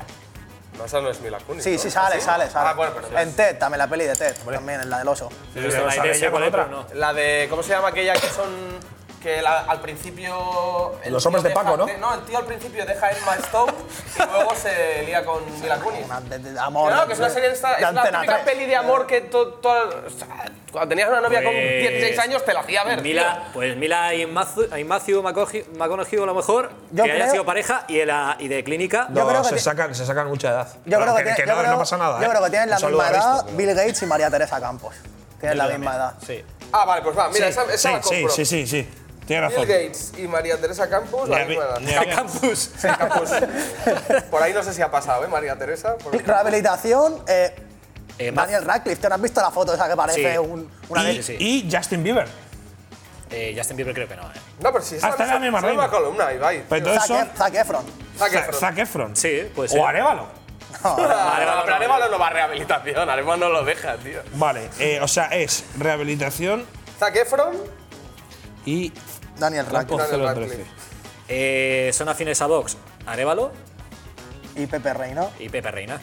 Speaker 2: No, esa no es Mila Kunis.
Speaker 5: Sí,
Speaker 2: ¿no?
Speaker 5: sí, sale,
Speaker 2: ¿Sí?
Speaker 5: sale, sale.
Speaker 2: Ah, bueno, pero
Speaker 5: en Ted, también la peli de Ted, también en la del oso.
Speaker 12: Pero
Speaker 3: Sí,
Speaker 12: esa
Speaker 3: lo
Speaker 12: la
Speaker 3: sabe
Speaker 12: idea
Speaker 3: Eh, ella
Speaker 12: sea
Speaker 3: con
Speaker 12: cuál es,
Speaker 3: otra.
Speaker 12: pero no.
Speaker 2: La de. ¿Cómo se llama aquella que son.? Que la- al principio. el
Speaker 3: Los
Speaker 2: tío
Speaker 3: hombres de
Speaker 2: deja-
Speaker 3: Paco, ¿no?
Speaker 2: no, el tío al principio deja a Emma Stone y luego se lía con Mila Kunis.
Speaker 5: Una de- de- Amor.
Speaker 2: Claro, que es una serie. Esta,
Speaker 5: de
Speaker 2: es la
Speaker 5: Antena
Speaker 2: típica
Speaker 5: 3.
Speaker 2: peli de amor que to- toda- o sea, cuando tenías una novia con
Speaker 12: Pues-
Speaker 2: 16 años te la hacía ver.
Speaker 12: Mila, pues Mila y Matthew, y Matthew McConaughey- McConaughey, a lo mejor,
Speaker 5: Yo
Speaker 12: que hayan
Speaker 5: creo-
Speaker 12: sido pareja y de, la- y de clínica.
Speaker 5: Yo
Speaker 3: No,
Speaker 5: creo que
Speaker 3: se,
Speaker 5: ti-
Speaker 3: sacan, se sacan mucha edad.
Speaker 5: Yo
Speaker 3: Pero
Speaker 5: creo que,
Speaker 3: que,
Speaker 5: tiene-
Speaker 3: que
Speaker 5: yo
Speaker 3: no,
Speaker 5: creo-
Speaker 3: no pasa nada.
Speaker 5: Yo
Speaker 3: ¿eh?
Speaker 5: creo que
Speaker 3: Un
Speaker 5: tienen la
Speaker 3: saludo
Speaker 5: misma
Speaker 3: a Risto,
Speaker 5: edad
Speaker 3: pero-
Speaker 5: Bill Gates y María Teresa Campos. Tienen la misma edad.
Speaker 12: Sí.
Speaker 2: Ah, vale, pues va, mira,
Speaker 3: Sí,
Speaker 2: esa, esa la
Speaker 3: sí,
Speaker 2: compro.
Speaker 3: sí, sí, sí. Tienes
Speaker 2: Bill
Speaker 3: razón.
Speaker 2: Gates y María Teresa Campos,
Speaker 3: Ni
Speaker 2: la
Speaker 3: a mí-
Speaker 2: misma edad.
Speaker 3: ni a mí-
Speaker 12: Campus.
Speaker 2: Campos. Por ahí no sé si ha pasado, ¿eh, María Teresa? Por-
Speaker 5: Rehabilitación, eh,
Speaker 12: Eh, Matt-
Speaker 5: Daniel Radcliffe. ¿Te has visto la foto esa que parece
Speaker 12: Sí.
Speaker 5: un, una
Speaker 12: Y-
Speaker 5: de-
Speaker 12: Sí.
Speaker 3: Y Justin Bieber.
Speaker 12: eh, Justin Bieber creo que no, ¿eh?
Speaker 2: No, pero si es
Speaker 3: Hasta Ah, la misma
Speaker 2: es
Speaker 3: reina.
Speaker 2: columna, Ibai.
Speaker 3: Pero entonces
Speaker 5: Zac,
Speaker 3: son
Speaker 5: Ef- Zac Efron.
Speaker 2: Zac
Speaker 3: Zac
Speaker 2: Efron.
Speaker 3: Zac Efron.
Speaker 12: Sí, puede ser.
Speaker 3: O Arevalo.
Speaker 2: Pero Arevalo no va a rehabilitación, Arevalo no lo deja, tío.
Speaker 3: Vale, eh, o sea, es rehabilitación
Speaker 2: Zac Efron,
Speaker 3: y.
Speaker 5: Daniel
Speaker 2: Radcliffe. Daniel Radcliffe.
Speaker 12: Eh, son afines a Vox. Arevalo
Speaker 5: y Pepe Reina.
Speaker 12: y Pepe Reina.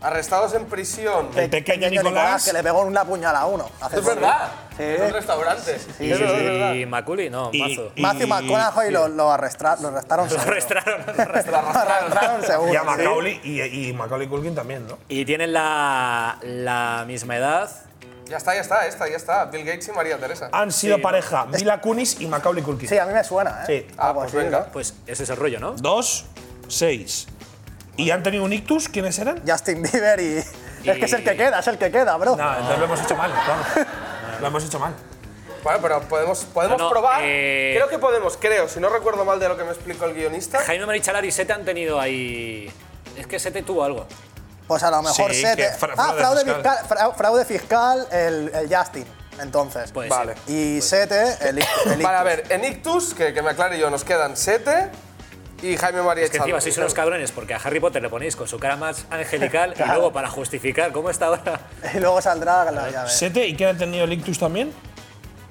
Speaker 2: arrestados en prisión.
Speaker 5: Pe- que le pegó una puñalada a uno. hace
Speaker 2: Es
Speaker 5: poco.
Speaker 2: verdad.
Speaker 5: Sí.
Speaker 2: En un restaurante.
Speaker 12: Y,
Speaker 5: sí, sí, es verdad.
Speaker 12: y Maculi, no, Mazo.
Speaker 5: Matthew McConaughey lo, lo, arrestra- lo arrestaron.
Speaker 12: *laughs* Lo
Speaker 5: seguro. *laughs*
Speaker 12: arrestaron.
Speaker 5: arrastraron seguro.
Speaker 3: Y a
Speaker 5: sí.
Speaker 3: Macaulay, y, y Macaulay Culkin también, ¿no?
Speaker 12: Y tienen la, la misma edad.
Speaker 2: Ya está, ya está, esta, ya está. Bill Gates y María Teresa.
Speaker 3: Han sido
Speaker 12: Sí.
Speaker 3: pareja Mila Kunis y Macaulay Culkin.
Speaker 5: Sí, a mí me suena, ¿eh?
Speaker 3: Sí.
Speaker 2: Ah, pues venga.
Speaker 12: Pues ese es el rollo, ¿no?
Speaker 3: Dos, seis. ¿Y han tenido un ictus? ¿Quiénes eran?
Speaker 5: Justin Bieber y. Es que es el que queda, es el que queda, bro.
Speaker 3: No, entonces lo hemos hecho mal, claro. Lo hemos hecho mal.
Speaker 2: Bueno, pero podemos, podemos
Speaker 12: No, no,
Speaker 2: probar.
Speaker 12: eh.
Speaker 2: Creo que podemos, creo. Si no recuerdo mal de lo que me explicó el guionista.
Speaker 12: Jaime Marichalar y Sete han tenido ahí. Es que Sete tuvo algo.
Speaker 5: Pues a lo mejor
Speaker 12: Sí,
Speaker 5: se
Speaker 12: que
Speaker 5: te-
Speaker 12: fra-
Speaker 5: ah,
Speaker 12: fraude
Speaker 5: fraude
Speaker 12: fiscal.
Speaker 5: fiscal, fra- fraude fiscal el, el Justin, entonces.
Speaker 12: Puede
Speaker 2: Vale. ser.
Speaker 5: Y Sete, el, el
Speaker 2: Vale, a ver, en Ictus, que, que me aclare yo, nos quedan Sete y Jaime María
Speaker 12: Es que
Speaker 2: Echado.
Speaker 12: encima sois unos cabrones porque a Harry Potter le ponéis con su cara más angelical y luego para justificar cómo está ahora.
Speaker 5: y luego saldrá la llave.
Speaker 3: ¿Sete? ¿Y quién ha tenido el ictus también?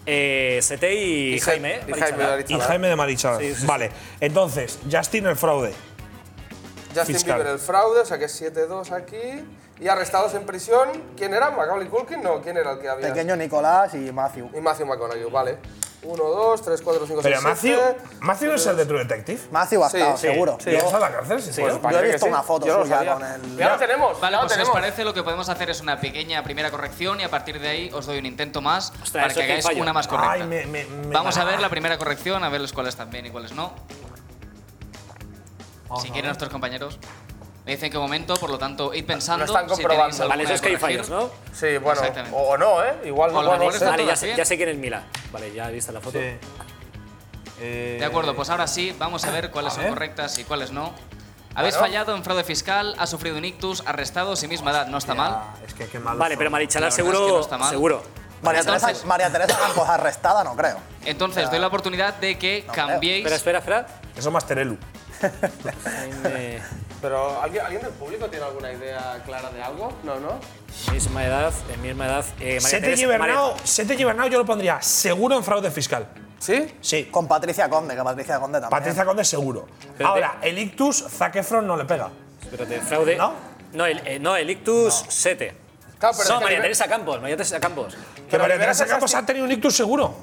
Speaker 12: Eh, Sete y,
Speaker 2: Y Se-
Speaker 12: Jaime. ¿eh?
Speaker 2: y
Speaker 12: Marichalar.
Speaker 2: Jaime
Speaker 3: Y
Speaker 2: Marichalar.
Speaker 3: Jaime de Marichal.
Speaker 12: Sí, sí, sí.
Speaker 3: Vale, entonces, Justin el fraude.
Speaker 2: Justin
Speaker 3: fiscal.
Speaker 2: Bieber, el fraude, o sea que es 7-2 aquí. Y arrestados en prisión. ¿Quién era? ¿Macaulay Culkin? No, ¿quién era el que había?
Speaker 5: Pequeño Nicolás y Matthew.
Speaker 2: Y Matthew McConaughey, vale. 1, 2, 3, 4, 5, 6,
Speaker 3: Pero Matthew, Matthew es el de True Detective.
Speaker 5: Matthew ha
Speaker 2: Sí,
Speaker 5: estado,
Speaker 2: sí,
Speaker 5: seguro.
Speaker 3: ¿Y
Speaker 5: Yo-
Speaker 3: él está en la cárcel? Sí,
Speaker 5: Pues
Speaker 3: ¿no?
Speaker 5: yo he visto una foto
Speaker 2: Yo lo
Speaker 5: suya
Speaker 2: sabía.
Speaker 5: con el.
Speaker 2: Ya lo tenemos.
Speaker 4: Vale, pues
Speaker 2: ya lo
Speaker 4: si os
Speaker 2: tenemos.
Speaker 4: parece, lo que podemos hacer es una pequeña primera corrección y a partir de ahí os doy un intento más para
Speaker 12: eso
Speaker 4: que
Speaker 12: es que
Speaker 4: hagáis
Speaker 12: fallo.
Speaker 4: una más correcta.
Speaker 3: Ay, me- me- me
Speaker 4: Vamos a
Speaker 3: da-
Speaker 4: ver la primera corrección, a ver cuáles están bien y cuáles no. Si quieren nuestros compañeros. Me dicen qué momento, por lo tanto, id pensando.
Speaker 2: Lo están
Speaker 4: si tenéis
Speaker 2: comprobando.
Speaker 4: alguna
Speaker 12: Vale, eso es que hay
Speaker 4: corregir.
Speaker 12: fallos, ¿no?
Speaker 2: Sí, bueno.
Speaker 4: Exactamente.
Speaker 2: O, o no, ¿eh? Igual
Speaker 4: O
Speaker 2: no.
Speaker 4: a lo
Speaker 2: bueno,
Speaker 4: mejor
Speaker 2: no
Speaker 4: está
Speaker 2: sé.
Speaker 12: Vale,
Speaker 4: todo
Speaker 12: ya sé,
Speaker 4: bien.
Speaker 12: ya sé quién es Mila. Vale, ya viste la foto.
Speaker 3: Sí. Eh,
Speaker 4: De acuerdo, pues ahora sí, vamos a ver cuáles
Speaker 3: a
Speaker 4: son
Speaker 3: ver.
Speaker 4: correctas y cuáles no. Habéis
Speaker 2: Claro.
Speaker 4: fallado en fraude fiscal, ha sufrido un ictus, arrestado sin misma edad, no está mal.
Speaker 3: ya, Ah, Es que qué malo.
Speaker 12: Vale, pero
Speaker 4: La
Speaker 12: Marichalar
Speaker 4: verdad es
Speaker 12: seguro.
Speaker 4: que no está mal.
Speaker 12: seguro.
Speaker 5: María,
Speaker 4: Entonces-
Speaker 5: Teresa, María Teresa Campos arrestada, no creo.
Speaker 4: Entonces, doy la oportunidad de que cambiéis.
Speaker 12: Espera, espera, espera.
Speaker 3: Eso más Terelu.
Speaker 12: Eh, Jaime,
Speaker 2: Pero ¿alguien, ¿alguien del público tiene alguna idea clara de algo? No, no.
Speaker 12: misma edad, en misma edad. Eh, María
Speaker 3: Sete
Speaker 12: Teresa-
Speaker 3: y Bernau, Sete y Bernau yo lo pondría seguro en fraude fiscal.
Speaker 2: ¿Sí?
Speaker 3: Sí.
Speaker 5: Con Patricia Conde, que Patricia Conde también.
Speaker 3: Patricia Conde seguro. Ahora, el ictus, Zac Efron no le pega.
Speaker 12: Espérate, fraude.
Speaker 3: ¿No?
Speaker 12: No, el, eh, no, el ictus 7.
Speaker 2: Claro, pero es
Speaker 12: no,
Speaker 2: que
Speaker 12: María
Speaker 2: Rivera-
Speaker 12: Teresa Campos, María Teresa Campos.
Speaker 3: Que María
Speaker 2: Rivera
Speaker 3: Teresa
Speaker 2: Sastre-
Speaker 3: Campos ha tenido un ictus seguro.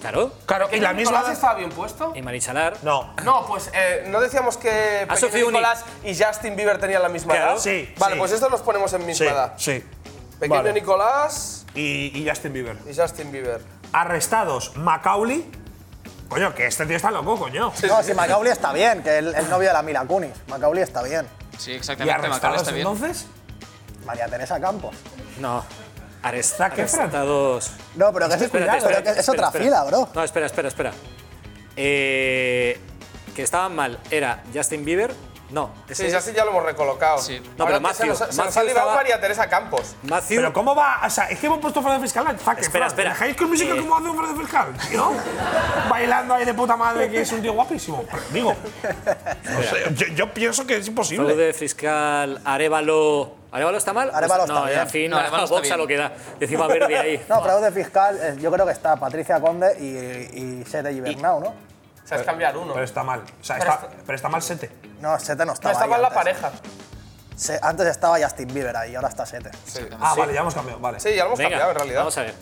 Speaker 12: Claro.
Speaker 3: Claro, y la
Speaker 2: ¿Nicolás
Speaker 3: misma. edad-
Speaker 2: está bien puesto?
Speaker 12: Y Marichalar.
Speaker 3: No.
Speaker 2: No, pues eh, no decíamos
Speaker 3: Ah,
Speaker 2: que Pequeño
Speaker 12: sufrido un
Speaker 2: Nicolás y Justin Bieber tenían la misma
Speaker 12: Claro.
Speaker 2: edad.
Speaker 3: Sí,
Speaker 2: Vale,
Speaker 3: sí.
Speaker 2: pues estos los ponemos en misma
Speaker 3: Sí,
Speaker 2: edad.
Speaker 3: sí.
Speaker 2: Pequeño
Speaker 3: Vale.
Speaker 2: Nicolás
Speaker 3: Y, y Justin Bieber.
Speaker 2: y Justin Bieber.
Speaker 3: Arrestados Macaulay. Coño, que este tío está loco, coño.
Speaker 5: No, si Macaulay está bien, que el, el novio de la Mila Kunis. Macaulay está bien.
Speaker 4: Sí,
Speaker 3: ¿Y
Speaker 4: exactamente, Macaulay
Speaker 3: arrestados
Speaker 4: está bien.
Speaker 3: entonces?
Speaker 5: María Teresa Campos.
Speaker 12: No. Aresta,
Speaker 3: Zac Efron.
Speaker 12: arrestados.
Speaker 5: No, pero que, es,
Speaker 12: Espérate,
Speaker 5: cuidado,
Speaker 12: espérate,
Speaker 5: pero que es
Speaker 12: espera,
Speaker 5: otra
Speaker 12: espera.
Speaker 5: fila, bro.
Speaker 12: No, espera, espera, espera. Eh, que estaban mal era Justin Bieber. No, ese
Speaker 2: Sí,
Speaker 12: es
Speaker 2: Justin ya lo hemos recolocado.
Speaker 4: Sí.
Speaker 12: No,
Speaker 2: Ahora
Speaker 12: pero
Speaker 2: que se
Speaker 12: Matthew,
Speaker 2: nos, ha- se nos
Speaker 12: Matthew
Speaker 2: ha librado
Speaker 12: estaba-
Speaker 2: María Teresa Campos.
Speaker 12: Matthew.
Speaker 3: Pero ¿cómo va? O sea, es que hemos puesto fraude fiscal a Zac
Speaker 12: Espera,
Speaker 3: Efron.
Speaker 12: espera.
Speaker 3: ¿Dejáis con música
Speaker 12: Eh.
Speaker 3: cómo hace un fraude fiscal? tío? Bailando ahí de puta madre que es un tío guapísimo. Pero, digo, no sé, yo, yo pienso que es imposible.
Speaker 12: Fraude fiscal, Arevalo. ¿Arevalo está mal?
Speaker 5: Arévalo
Speaker 12: no,
Speaker 5: está bien.
Speaker 12: al fin,
Speaker 4: No, Arévalo está
Speaker 12: Vox a
Speaker 4: bien.
Speaker 12: lo que da. Y encima Verdi ahí.
Speaker 5: No, fraude fiscal, eh, yo creo que está Patricia Conde y, y Sete Gibernau, ¿no?
Speaker 2: O sea, es cambiar uno.
Speaker 3: Pero está mal. O sea,
Speaker 2: Pero
Speaker 3: está, pero está mal sete.
Speaker 5: No, Sete no
Speaker 2: No
Speaker 5: estaba.
Speaker 2: estaba
Speaker 5: ahí
Speaker 2: en la
Speaker 5: antes.
Speaker 2: pareja.
Speaker 5: Se- antes estaba Justin Bieber ahí, ahora está Sete.
Speaker 3: Ah, vale, ya hemos cambiado. Vale.
Speaker 2: Sí, ya lo hemos
Speaker 12: Venga,
Speaker 2: cambiado en realidad.
Speaker 12: Vamos a ver.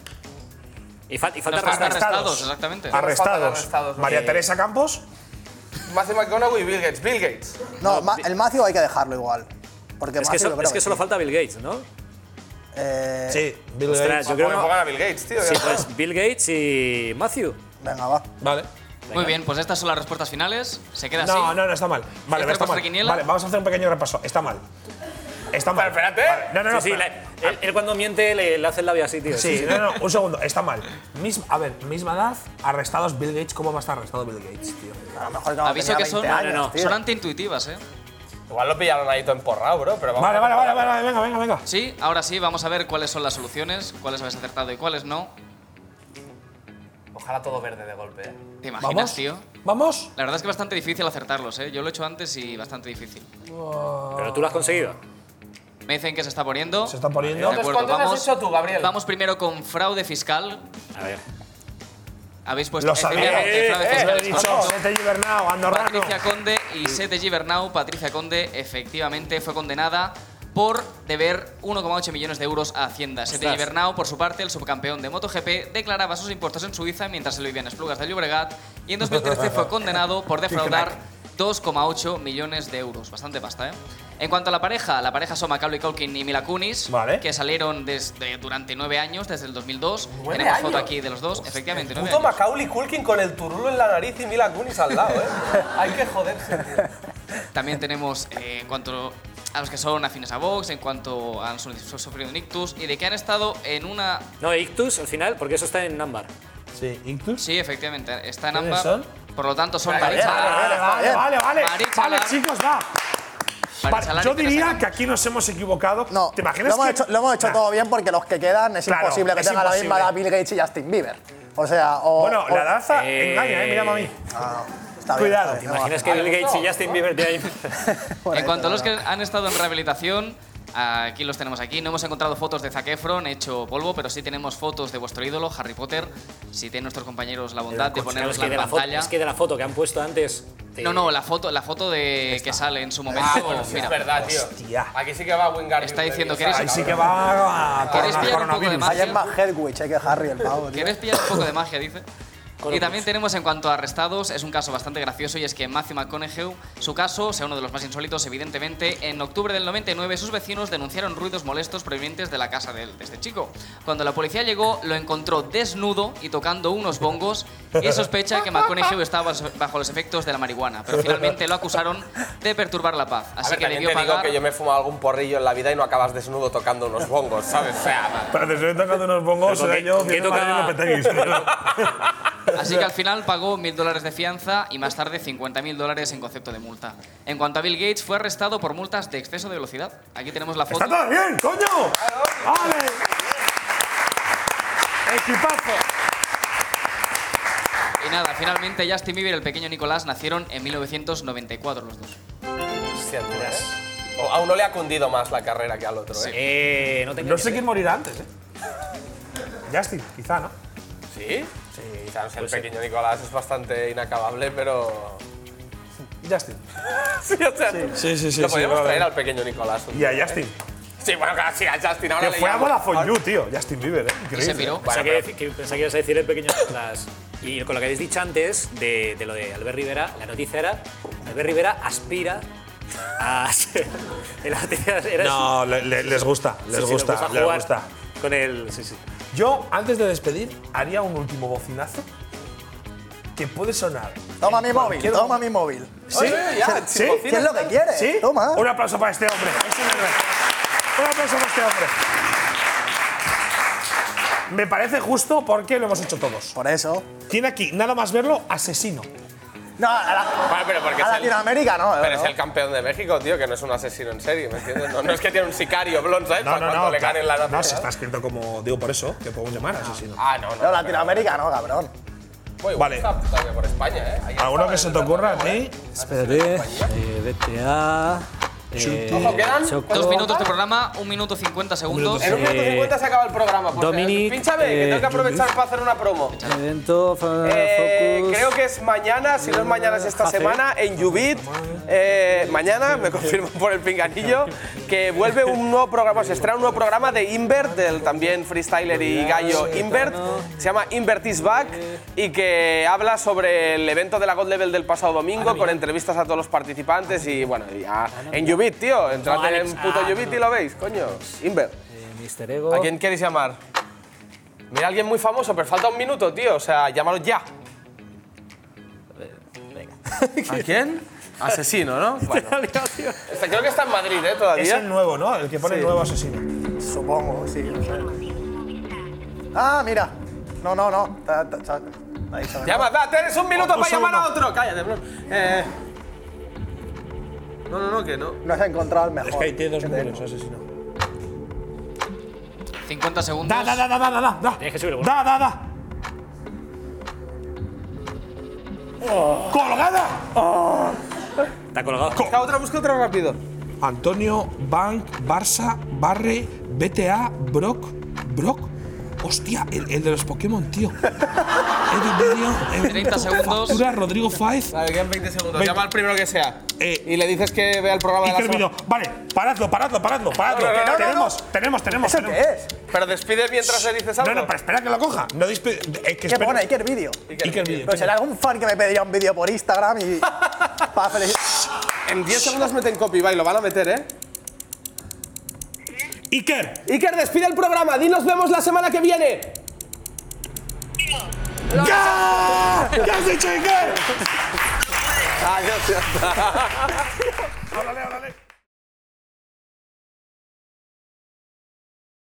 Speaker 12: Y, fal- y
Speaker 4: No
Speaker 12: falta
Speaker 4: están
Speaker 12: arrestar.
Speaker 4: arrestados, exactamente.
Speaker 3: Arrestados.
Speaker 2: arrestados,
Speaker 3: María
Speaker 2: eh.
Speaker 3: Teresa Campos.
Speaker 2: Matthew McConaughey y Bill Gates. Bill Gates.
Speaker 5: No, Ma- el Matthew hay que dejarlo igual. Porque
Speaker 12: Es que,
Speaker 5: Matthew
Speaker 12: so-
Speaker 5: yo creo
Speaker 12: es que solo
Speaker 5: sí.
Speaker 12: falta Bill Gates, ¿no?
Speaker 5: Eh,
Speaker 3: Sí, Bill
Speaker 12: Ostras,
Speaker 3: Gates.
Speaker 12: yo creo
Speaker 2: Bueno,
Speaker 12: que.
Speaker 2: pongan a Bill Gates, tío.
Speaker 12: Sí,
Speaker 2: ya está.
Speaker 12: pues Bill Gates y Matthew.
Speaker 5: Venga, va.
Speaker 3: Vale.
Speaker 4: Muy bien, pues estas son las respuestas finales. Se queda así.
Speaker 3: No, no, no, está mal. Vale,
Speaker 4: ¿Esta
Speaker 3: Ah, está
Speaker 4: nuestra
Speaker 3: mal.
Speaker 4: quiniela?
Speaker 3: Vale, vamos a hacer un pequeño repaso. Está mal. Está mal.
Speaker 2: Pero espérate.
Speaker 3: Vale, No, no, no.
Speaker 12: sí, sí,
Speaker 3: espera.
Speaker 12: la- él, él cuando miente le, le hace el labio así, tío.
Speaker 3: Sí, no, no, un segundo, está mal. Misma- a ver, misma edad, arrestados Bill Gates. ¿Cómo va a estar arrestado Bill Gates, tío?
Speaker 5: A lo mejor no
Speaker 4: Aviso
Speaker 5: tenía
Speaker 4: que son,
Speaker 5: 20 años,
Speaker 12: no, no,
Speaker 5: tío.
Speaker 4: son antiintuitivas, ¿eh?
Speaker 2: Igual lo pillaron ahí todo emporrado, bro. Pero vamos
Speaker 3: Vale,
Speaker 2: a-
Speaker 3: vale, vale, vale, venga, venga, venga.
Speaker 4: Sí, ahora sí, vamos a ver cuáles son las soluciones, cuáles habéis acertado y cuáles no.
Speaker 17: Ojalá todo verde de golpe. ¿eh?
Speaker 4: ¿Te imaginas,
Speaker 17: ¿Vamos?
Speaker 4: tío?
Speaker 3: ¿Vamos?
Speaker 4: La verdad es que es bastante difícil acertarlos, ¿eh? Yo lo he hecho antes y bastante difícil.
Speaker 12: Pero tú lo has conseguido.
Speaker 4: Me dicen que se está poniendo. Se
Speaker 3: está poniendo.
Speaker 4: De acuerdo,
Speaker 17: ¿Cuántos
Speaker 4: vamos,
Speaker 17: has hecho tú, Gabriel?
Speaker 4: vamos primero con fraude fiscal. A ver. Habéis puesto
Speaker 3: Lo sabía.
Speaker 4: efectivamente,
Speaker 3: Eh,
Speaker 4: fraude
Speaker 3: eh,
Speaker 4: fiscal,
Speaker 3: lo he
Speaker 4: es
Speaker 3: dicho.
Speaker 4: correcto.
Speaker 3: Sete Gibernau, andorrano.
Speaker 4: Patricia Conde y Sete Gibernau. Patricia Conde efectivamente fue condenada por deber 1,8 millones de euros a Hacienda. Sete
Speaker 17: Ostras.
Speaker 4: Gibernau, por su parte, el subcampeón de MotoGP, declaraba sus impuestos en Suiza mientras se lo vivían en Esplugas de Llobregat y en 2013
Speaker 2: *laughs*
Speaker 4: fue condenado por
Speaker 17: Qué
Speaker 4: defraudar 2,8 millones de euros. Bastante pasta, ¿eh? En cuanto a la pareja, la pareja son Macaulay Culkin y Mila Kunis, que salieron desde, durante nueve años, desde el 2002.
Speaker 2: ¿Nueve
Speaker 4: Tenemos foto
Speaker 2: años?
Speaker 4: aquí de los dos, efectivamente, nueve
Speaker 2: Puto
Speaker 4: años.
Speaker 2: Macaulay Culkin con el turulo en la nariz y Mila Kunis al lado, ¿eh? *laughs* Hay que joderse, tío.
Speaker 4: También tenemos eh, en cuanto a los que son afines a Vox, en cuanto han su- su- sufrido un ictus y de que han estado en una...
Speaker 12: No, Ictus al final, porque eso está en ámbar.
Speaker 3: Sí, Ictus.
Speaker 4: Sí, efectivamente, está en
Speaker 12: ¿Quiénes
Speaker 4: ámbar.
Speaker 12: son?
Speaker 4: Por lo tanto, son
Speaker 3: Vale,
Speaker 4: Maritza.
Speaker 3: vale, vale, vale, vale.
Speaker 4: Marichalar.
Speaker 3: Vale, chicos, va.
Speaker 4: Marichalar
Speaker 3: Yo
Speaker 4: y Teresa
Speaker 3: diría que aquí nos hemos equivocado. No, ¿te
Speaker 5: Lo
Speaker 3: imaginas
Speaker 5: hemos,
Speaker 3: que-
Speaker 5: hecho, lo hemos hecho
Speaker 3: Nah.
Speaker 5: todo bien porque los que quedan es
Speaker 3: Claro,
Speaker 5: imposible que
Speaker 3: es
Speaker 5: tengan la misma edad
Speaker 3: imposible.
Speaker 5: Bill Gates y Justin Bieber. O sea, o.
Speaker 3: Bueno,
Speaker 5: o-
Speaker 3: la danza engaña, eh, mírame a mí.
Speaker 5: Está bien,
Speaker 3: Cuidado.
Speaker 5: está
Speaker 12: ¿Te
Speaker 5: bien,
Speaker 12: imaginas
Speaker 5: no,
Speaker 12: que
Speaker 5: no,
Speaker 12: Bill
Speaker 5: no.
Speaker 12: Gates y Justin Bieber de ahí?
Speaker 4: en cuanto a los que han estado en rehabilitación, aquí los tenemos aquí. No hemos encontrado fotos de Zac Efron hecho polvo, pero sí tenemos fotos de vuestro ídolo, Harry Potter. Si tienen nuestros compañeros la bondad de
Speaker 12: Claro,
Speaker 4: ponernos
Speaker 12: es que
Speaker 4: la
Speaker 12: de la foto-
Speaker 4: pantalla.
Speaker 12: es que de la foto que han puesto antes. te-
Speaker 4: No, no, la foto, la foto de que sale en su momento.
Speaker 12: Ah, bueno, sí,
Speaker 4: mira.
Speaker 12: es verdad, tío.
Speaker 2: Aquí sí que va Wingard.
Speaker 4: Está diciendo que
Speaker 2: eres.
Speaker 4: eres- Ahí sí que va a ¿Queréis pillar un poco de coronavirus. magia?
Speaker 5: Hay más Hedwig, eh, que Harry el pavo, tío.
Speaker 4: ¿Quieres pillar un poco de magia? Dice. Y también tenemos en cuanto a arrestados, es un caso bastante gracioso y es que Matthew McConaughey, su caso, sea uno de los más insólitos, evidentemente, en octubre del 99 sus vecinos denunciaron ruidos molestos provenientes de la casa de, él, de este chico. Cuando la policía llegó, lo encontró desnudo y tocando unos bongos y sospecha que McConaughey estaba bajo los efectos de la marihuana, pero finalmente lo acusaron de perturbar la paz,
Speaker 2: A
Speaker 4: así
Speaker 2: ver,
Speaker 4: que
Speaker 2: también
Speaker 4: debió
Speaker 2: te digo
Speaker 4: pagar...
Speaker 2: que yo me he fumado algún porrillo en la vida y no acabas desnudo tocando unos
Speaker 4: *laughs*
Speaker 2: bongos, ¿sabes? O sea,
Speaker 3: Pero te estoy tocando unos bongos,
Speaker 2: Pero
Speaker 3: era
Speaker 2: ¿qué-
Speaker 3: yo
Speaker 2: qué
Speaker 3: viendo
Speaker 2: tocaba?
Speaker 3: Madrid Lopetegui, pero-
Speaker 4: Así que al final pagó mil dólares de fianza y más tarde 50.000 dólares en concepto de multa. En cuanto a Bill Gates, fue arrestado por multas de exceso de velocidad. Aquí tenemos la foto.
Speaker 3: ¡Está todo bien, coño! ¡Vale! ¡Equipazo!
Speaker 4: Y nada, finalmente Justin Bieber y el pequeño Nicolás nacieron en 1994 los dos.
Speaker 2: Hostia, tú, ¿eh? O- A uno le ha cundido más la carrera que al otro,
Speaker 4: Sí.
Speaker 2: ¿eh?
Speaker 3: no, sé quién morirá antes, ¿eh? Justin, quizá, ¿no?
Speaker 2: ¿Sí? Sí, sabes que
Speaker 3: Pues
Speaker 2: el pequeño Nicolás es bastante inacabable, pero. *laughs*
Speaker 3: Justin.
Speaker 2: Sí, o sea,
Speaker 3: Sí, sí, sí,
Speaker 2: Lo
Speaker 3: sí,
Speaker 2: podríamos
Speaker 3: vale.
Speaker 2: traer al pequeño Nicolás. un
Speaker 3: Y a
Speaker 2: día, ¿eh?
Speaker 3: Justin.
Speaker 2: Sí, bueno, claro, sí, a Justin ahora
Speaker 3: Que
Speaker 2: le
Speaker 3: fue a
Speaker 2: llamo.
Speaker 3: Vodafone You, tío. Justin Bieber, ¿eh?
Speaker 12: Y se
Speaker 3: Increíble.
Speaker 12: piró.
Speaker 3: ¿eh?
Speaker 12: Pensaba que, que pensaba que ibas a decir el pequeño Nicolás. Y con lo que habéis dicho antes de, de lo de Albert Rivera, la noticia era: Albert Rivera aspira a *laughs* ser. la noticia era-
Speaker 3: No, le- le- les gusta,
Speaker 12: Sí,
Speaker 3: les
Speaker 12: sí, nos
Speaker 3: gusta,
Speaker 12: gusta
Speaker 3: les
Speaker 12: jugar
Speaker 3: gusta.
Speaker 12: Con el. Sí, sí.
Speaker 3: Yo, antes de despedir, haría un último bocinazo que puede sonar.
Speaker 5: Toma
Speaker 3: en
Speaker 5: mi móvil,
Speaker 3: cualquier
Speaker 5: toma mi móvil.
Speaker 3: ¿Sí?
Speaker 5: ya,
Speaker 3: ¿Sí?
Speaker 5: si ¿Qué es lo que quieres?
Speaker 3: ¿Sí?
Speaker 5: Toma.
Speaker 3: Un aplauso para este hombre. Es un héroe. Un aplauso para este hombre. Me parece justo porque lo hemos hecho todos.
Speaker 5: Por eso.
Speaker 3: Tiene aquí, nada más verlo, asesino.
Speaker 5: No, a la,
Speaker 2: Vale, pero porque
Speaker 5: a
Speaker 2: es el-
Speaker 5: Latinoamérica no.
Speaker 2: Pero
Speaker 5: ¿no?
Speaker 2: es el campeón de México, tío, que no es un asesino en serie, ¿me entiendes? No, no es que tiene un sicario blond, ¿sabes?
Speaker 3: No,
Speaker 2: Para
Speaker 3: no,
Speaker 2: cuando
Speaker 3: no.
Speaker 2: le ganen la
Speaker 3: no, se
Speaker 2: nacionalidad.
Speaker 3: está escrito como. Digo, por eso, que podemos llamar asesino.
Speaker 2: Ah, no, no.
Speaker 5: No, Latinoamérica no, cabrón.
Speaker 2: Muy
Speaker 3: Vale.
Speaker 2: gusta todavía por España, ¿eh? Ahí
Speaker 3: ¿Alguno que se te ocurra a ti?
Speaker 9: Espérate. Eh, vete a. eh,
Speaker 2: Ojo, quedan
Speaker 9: Choco.
Speaker 4: Dos minutos de programa, un minuto 50 segundos.
Speaker 2: En un minuto
Speaker 9: Eh,
Speaker 2: 50 se acaba el programa. Pues,
Speaker 9: Dominic,
Speaker 2: Pínchame, que
Speaker 9: eh,
Speaker 2: tengo que aprovechar
Speaker 9: Judith.
Speaker 2: para hacer una promo.
Speaker 9: Evento, fa-
Speaker 2: Eh,
Speaker 9: focus.
Speaker 2: creo que es mañana, si no es mañana es esta
Speaker 9: Café.
Speaker 2: semana, en Yubit. Eh, mañana, me confirmo por el pinganillo, que vuelve un nuevo programa, se estrena un nuevo programa de Invert, del también freestyler y gallo Invert, se llama Invert is Back, y que habla sobre el evento de la God Level del pasado domingo, con entrevistas a todos los participantes y bueno, ya en Yubit, tío, entrad
Speaker 9: Alex,
Speaker 2: en puto
Speaker 9: ah,
Speaker 2: Yubit y lo veis, coño, Invert.
Speaker 9: Mister Ego.
Speaker 2: ¿A quién queréis llamar? Mira, alguien muy famoso, pero falta un minuto, tío. O sea, llámalo ya. ¿A quién? Asesino, ¿no? Bueno. Este creo que está en Madrid, ¿eh? Todavía.
Speaker 3: Es el nuevo, ¿no? El que pone
Speaker 2: Sí.
Speaker 3: nuevo asesino.
Speaker 5: Supongo, sí. no sé. Ah, mira. No, no, no. Ta- ta- ta- ahí se me-
Speaker 2: Llama, va, tienes un minuto
Speaker 5: Un
Speaker 2: para llamar a
Speaker 5: segundo.
Speaker 2: otro. Cállate, bro. Eh, No, no, no, que no.
Speaker 5: No has encontrado el mejor.
Speaker 3: Es que ahí tiene dos números, asesino.
Speaker 4: 50 segundos.
Speaker 3: Da, da, da, da, da, da, da.
Speaker 12: Tienes que subir el
Speaker 3: Da, da, da. ¡Colgada!
Speaker 12: Está colgado.
Speaker 3: Busca otra, busca otra rápido. Antonio, Bank, Barça, Barre, BTA, Brock, Brock. Hostia, el, el de los Pokémon, tío. Edu Medio, Edu
Speaker 2: 30 segundos.
Speaker 3: Factura, Rodrigo Faiz.
Speaker 2: Vale, quedan 20 segundos.
Speaker 3: Veinte. Eh.
Speaker 2: Llama al primero que sea. y le dices que vea el programa de
Speaker 3: Y
Speaker 2: la
Speaker 3: que el
Speaker 2: semana.
Speaker 3: vídeo. Vale, paradlo, paradlo, paradlo, paradlo.
Speaker 2: No, no,
Speaker 3: que
Speaker 2: no, no,
Speaker 3: tenemos, tenemos, tenemos,
Speaker 2: ¿Eso
Speaker 3: tenemos.
Speaker 2: qué Pero despide mientras le dices algo.
Speaker 3: No, no, pero espera que lo coja. No dispe- eh, que
Speaker 5: ¿Qué
Speaker 3: espera.
Speaker 5: pone? Iker Video.
Speaker 3: Iker Video.
Speaker 5: Pero será algún fan que me pedirá un vídeo por Instagram y. *laughs* para felicitar.
Speaker 2: En 10 segundos meten copy, va, y lo van a meter, ¿eh?
Speaker 3: Iker.
Speaker 2: Iker, despide el programa. Di nos vemos la semana que viene.
Speaker 3: ¡Ya! ¡Ya has dicho Iker!
Speaker 2: Adiós.
Speaker 3: Háblale, háblale.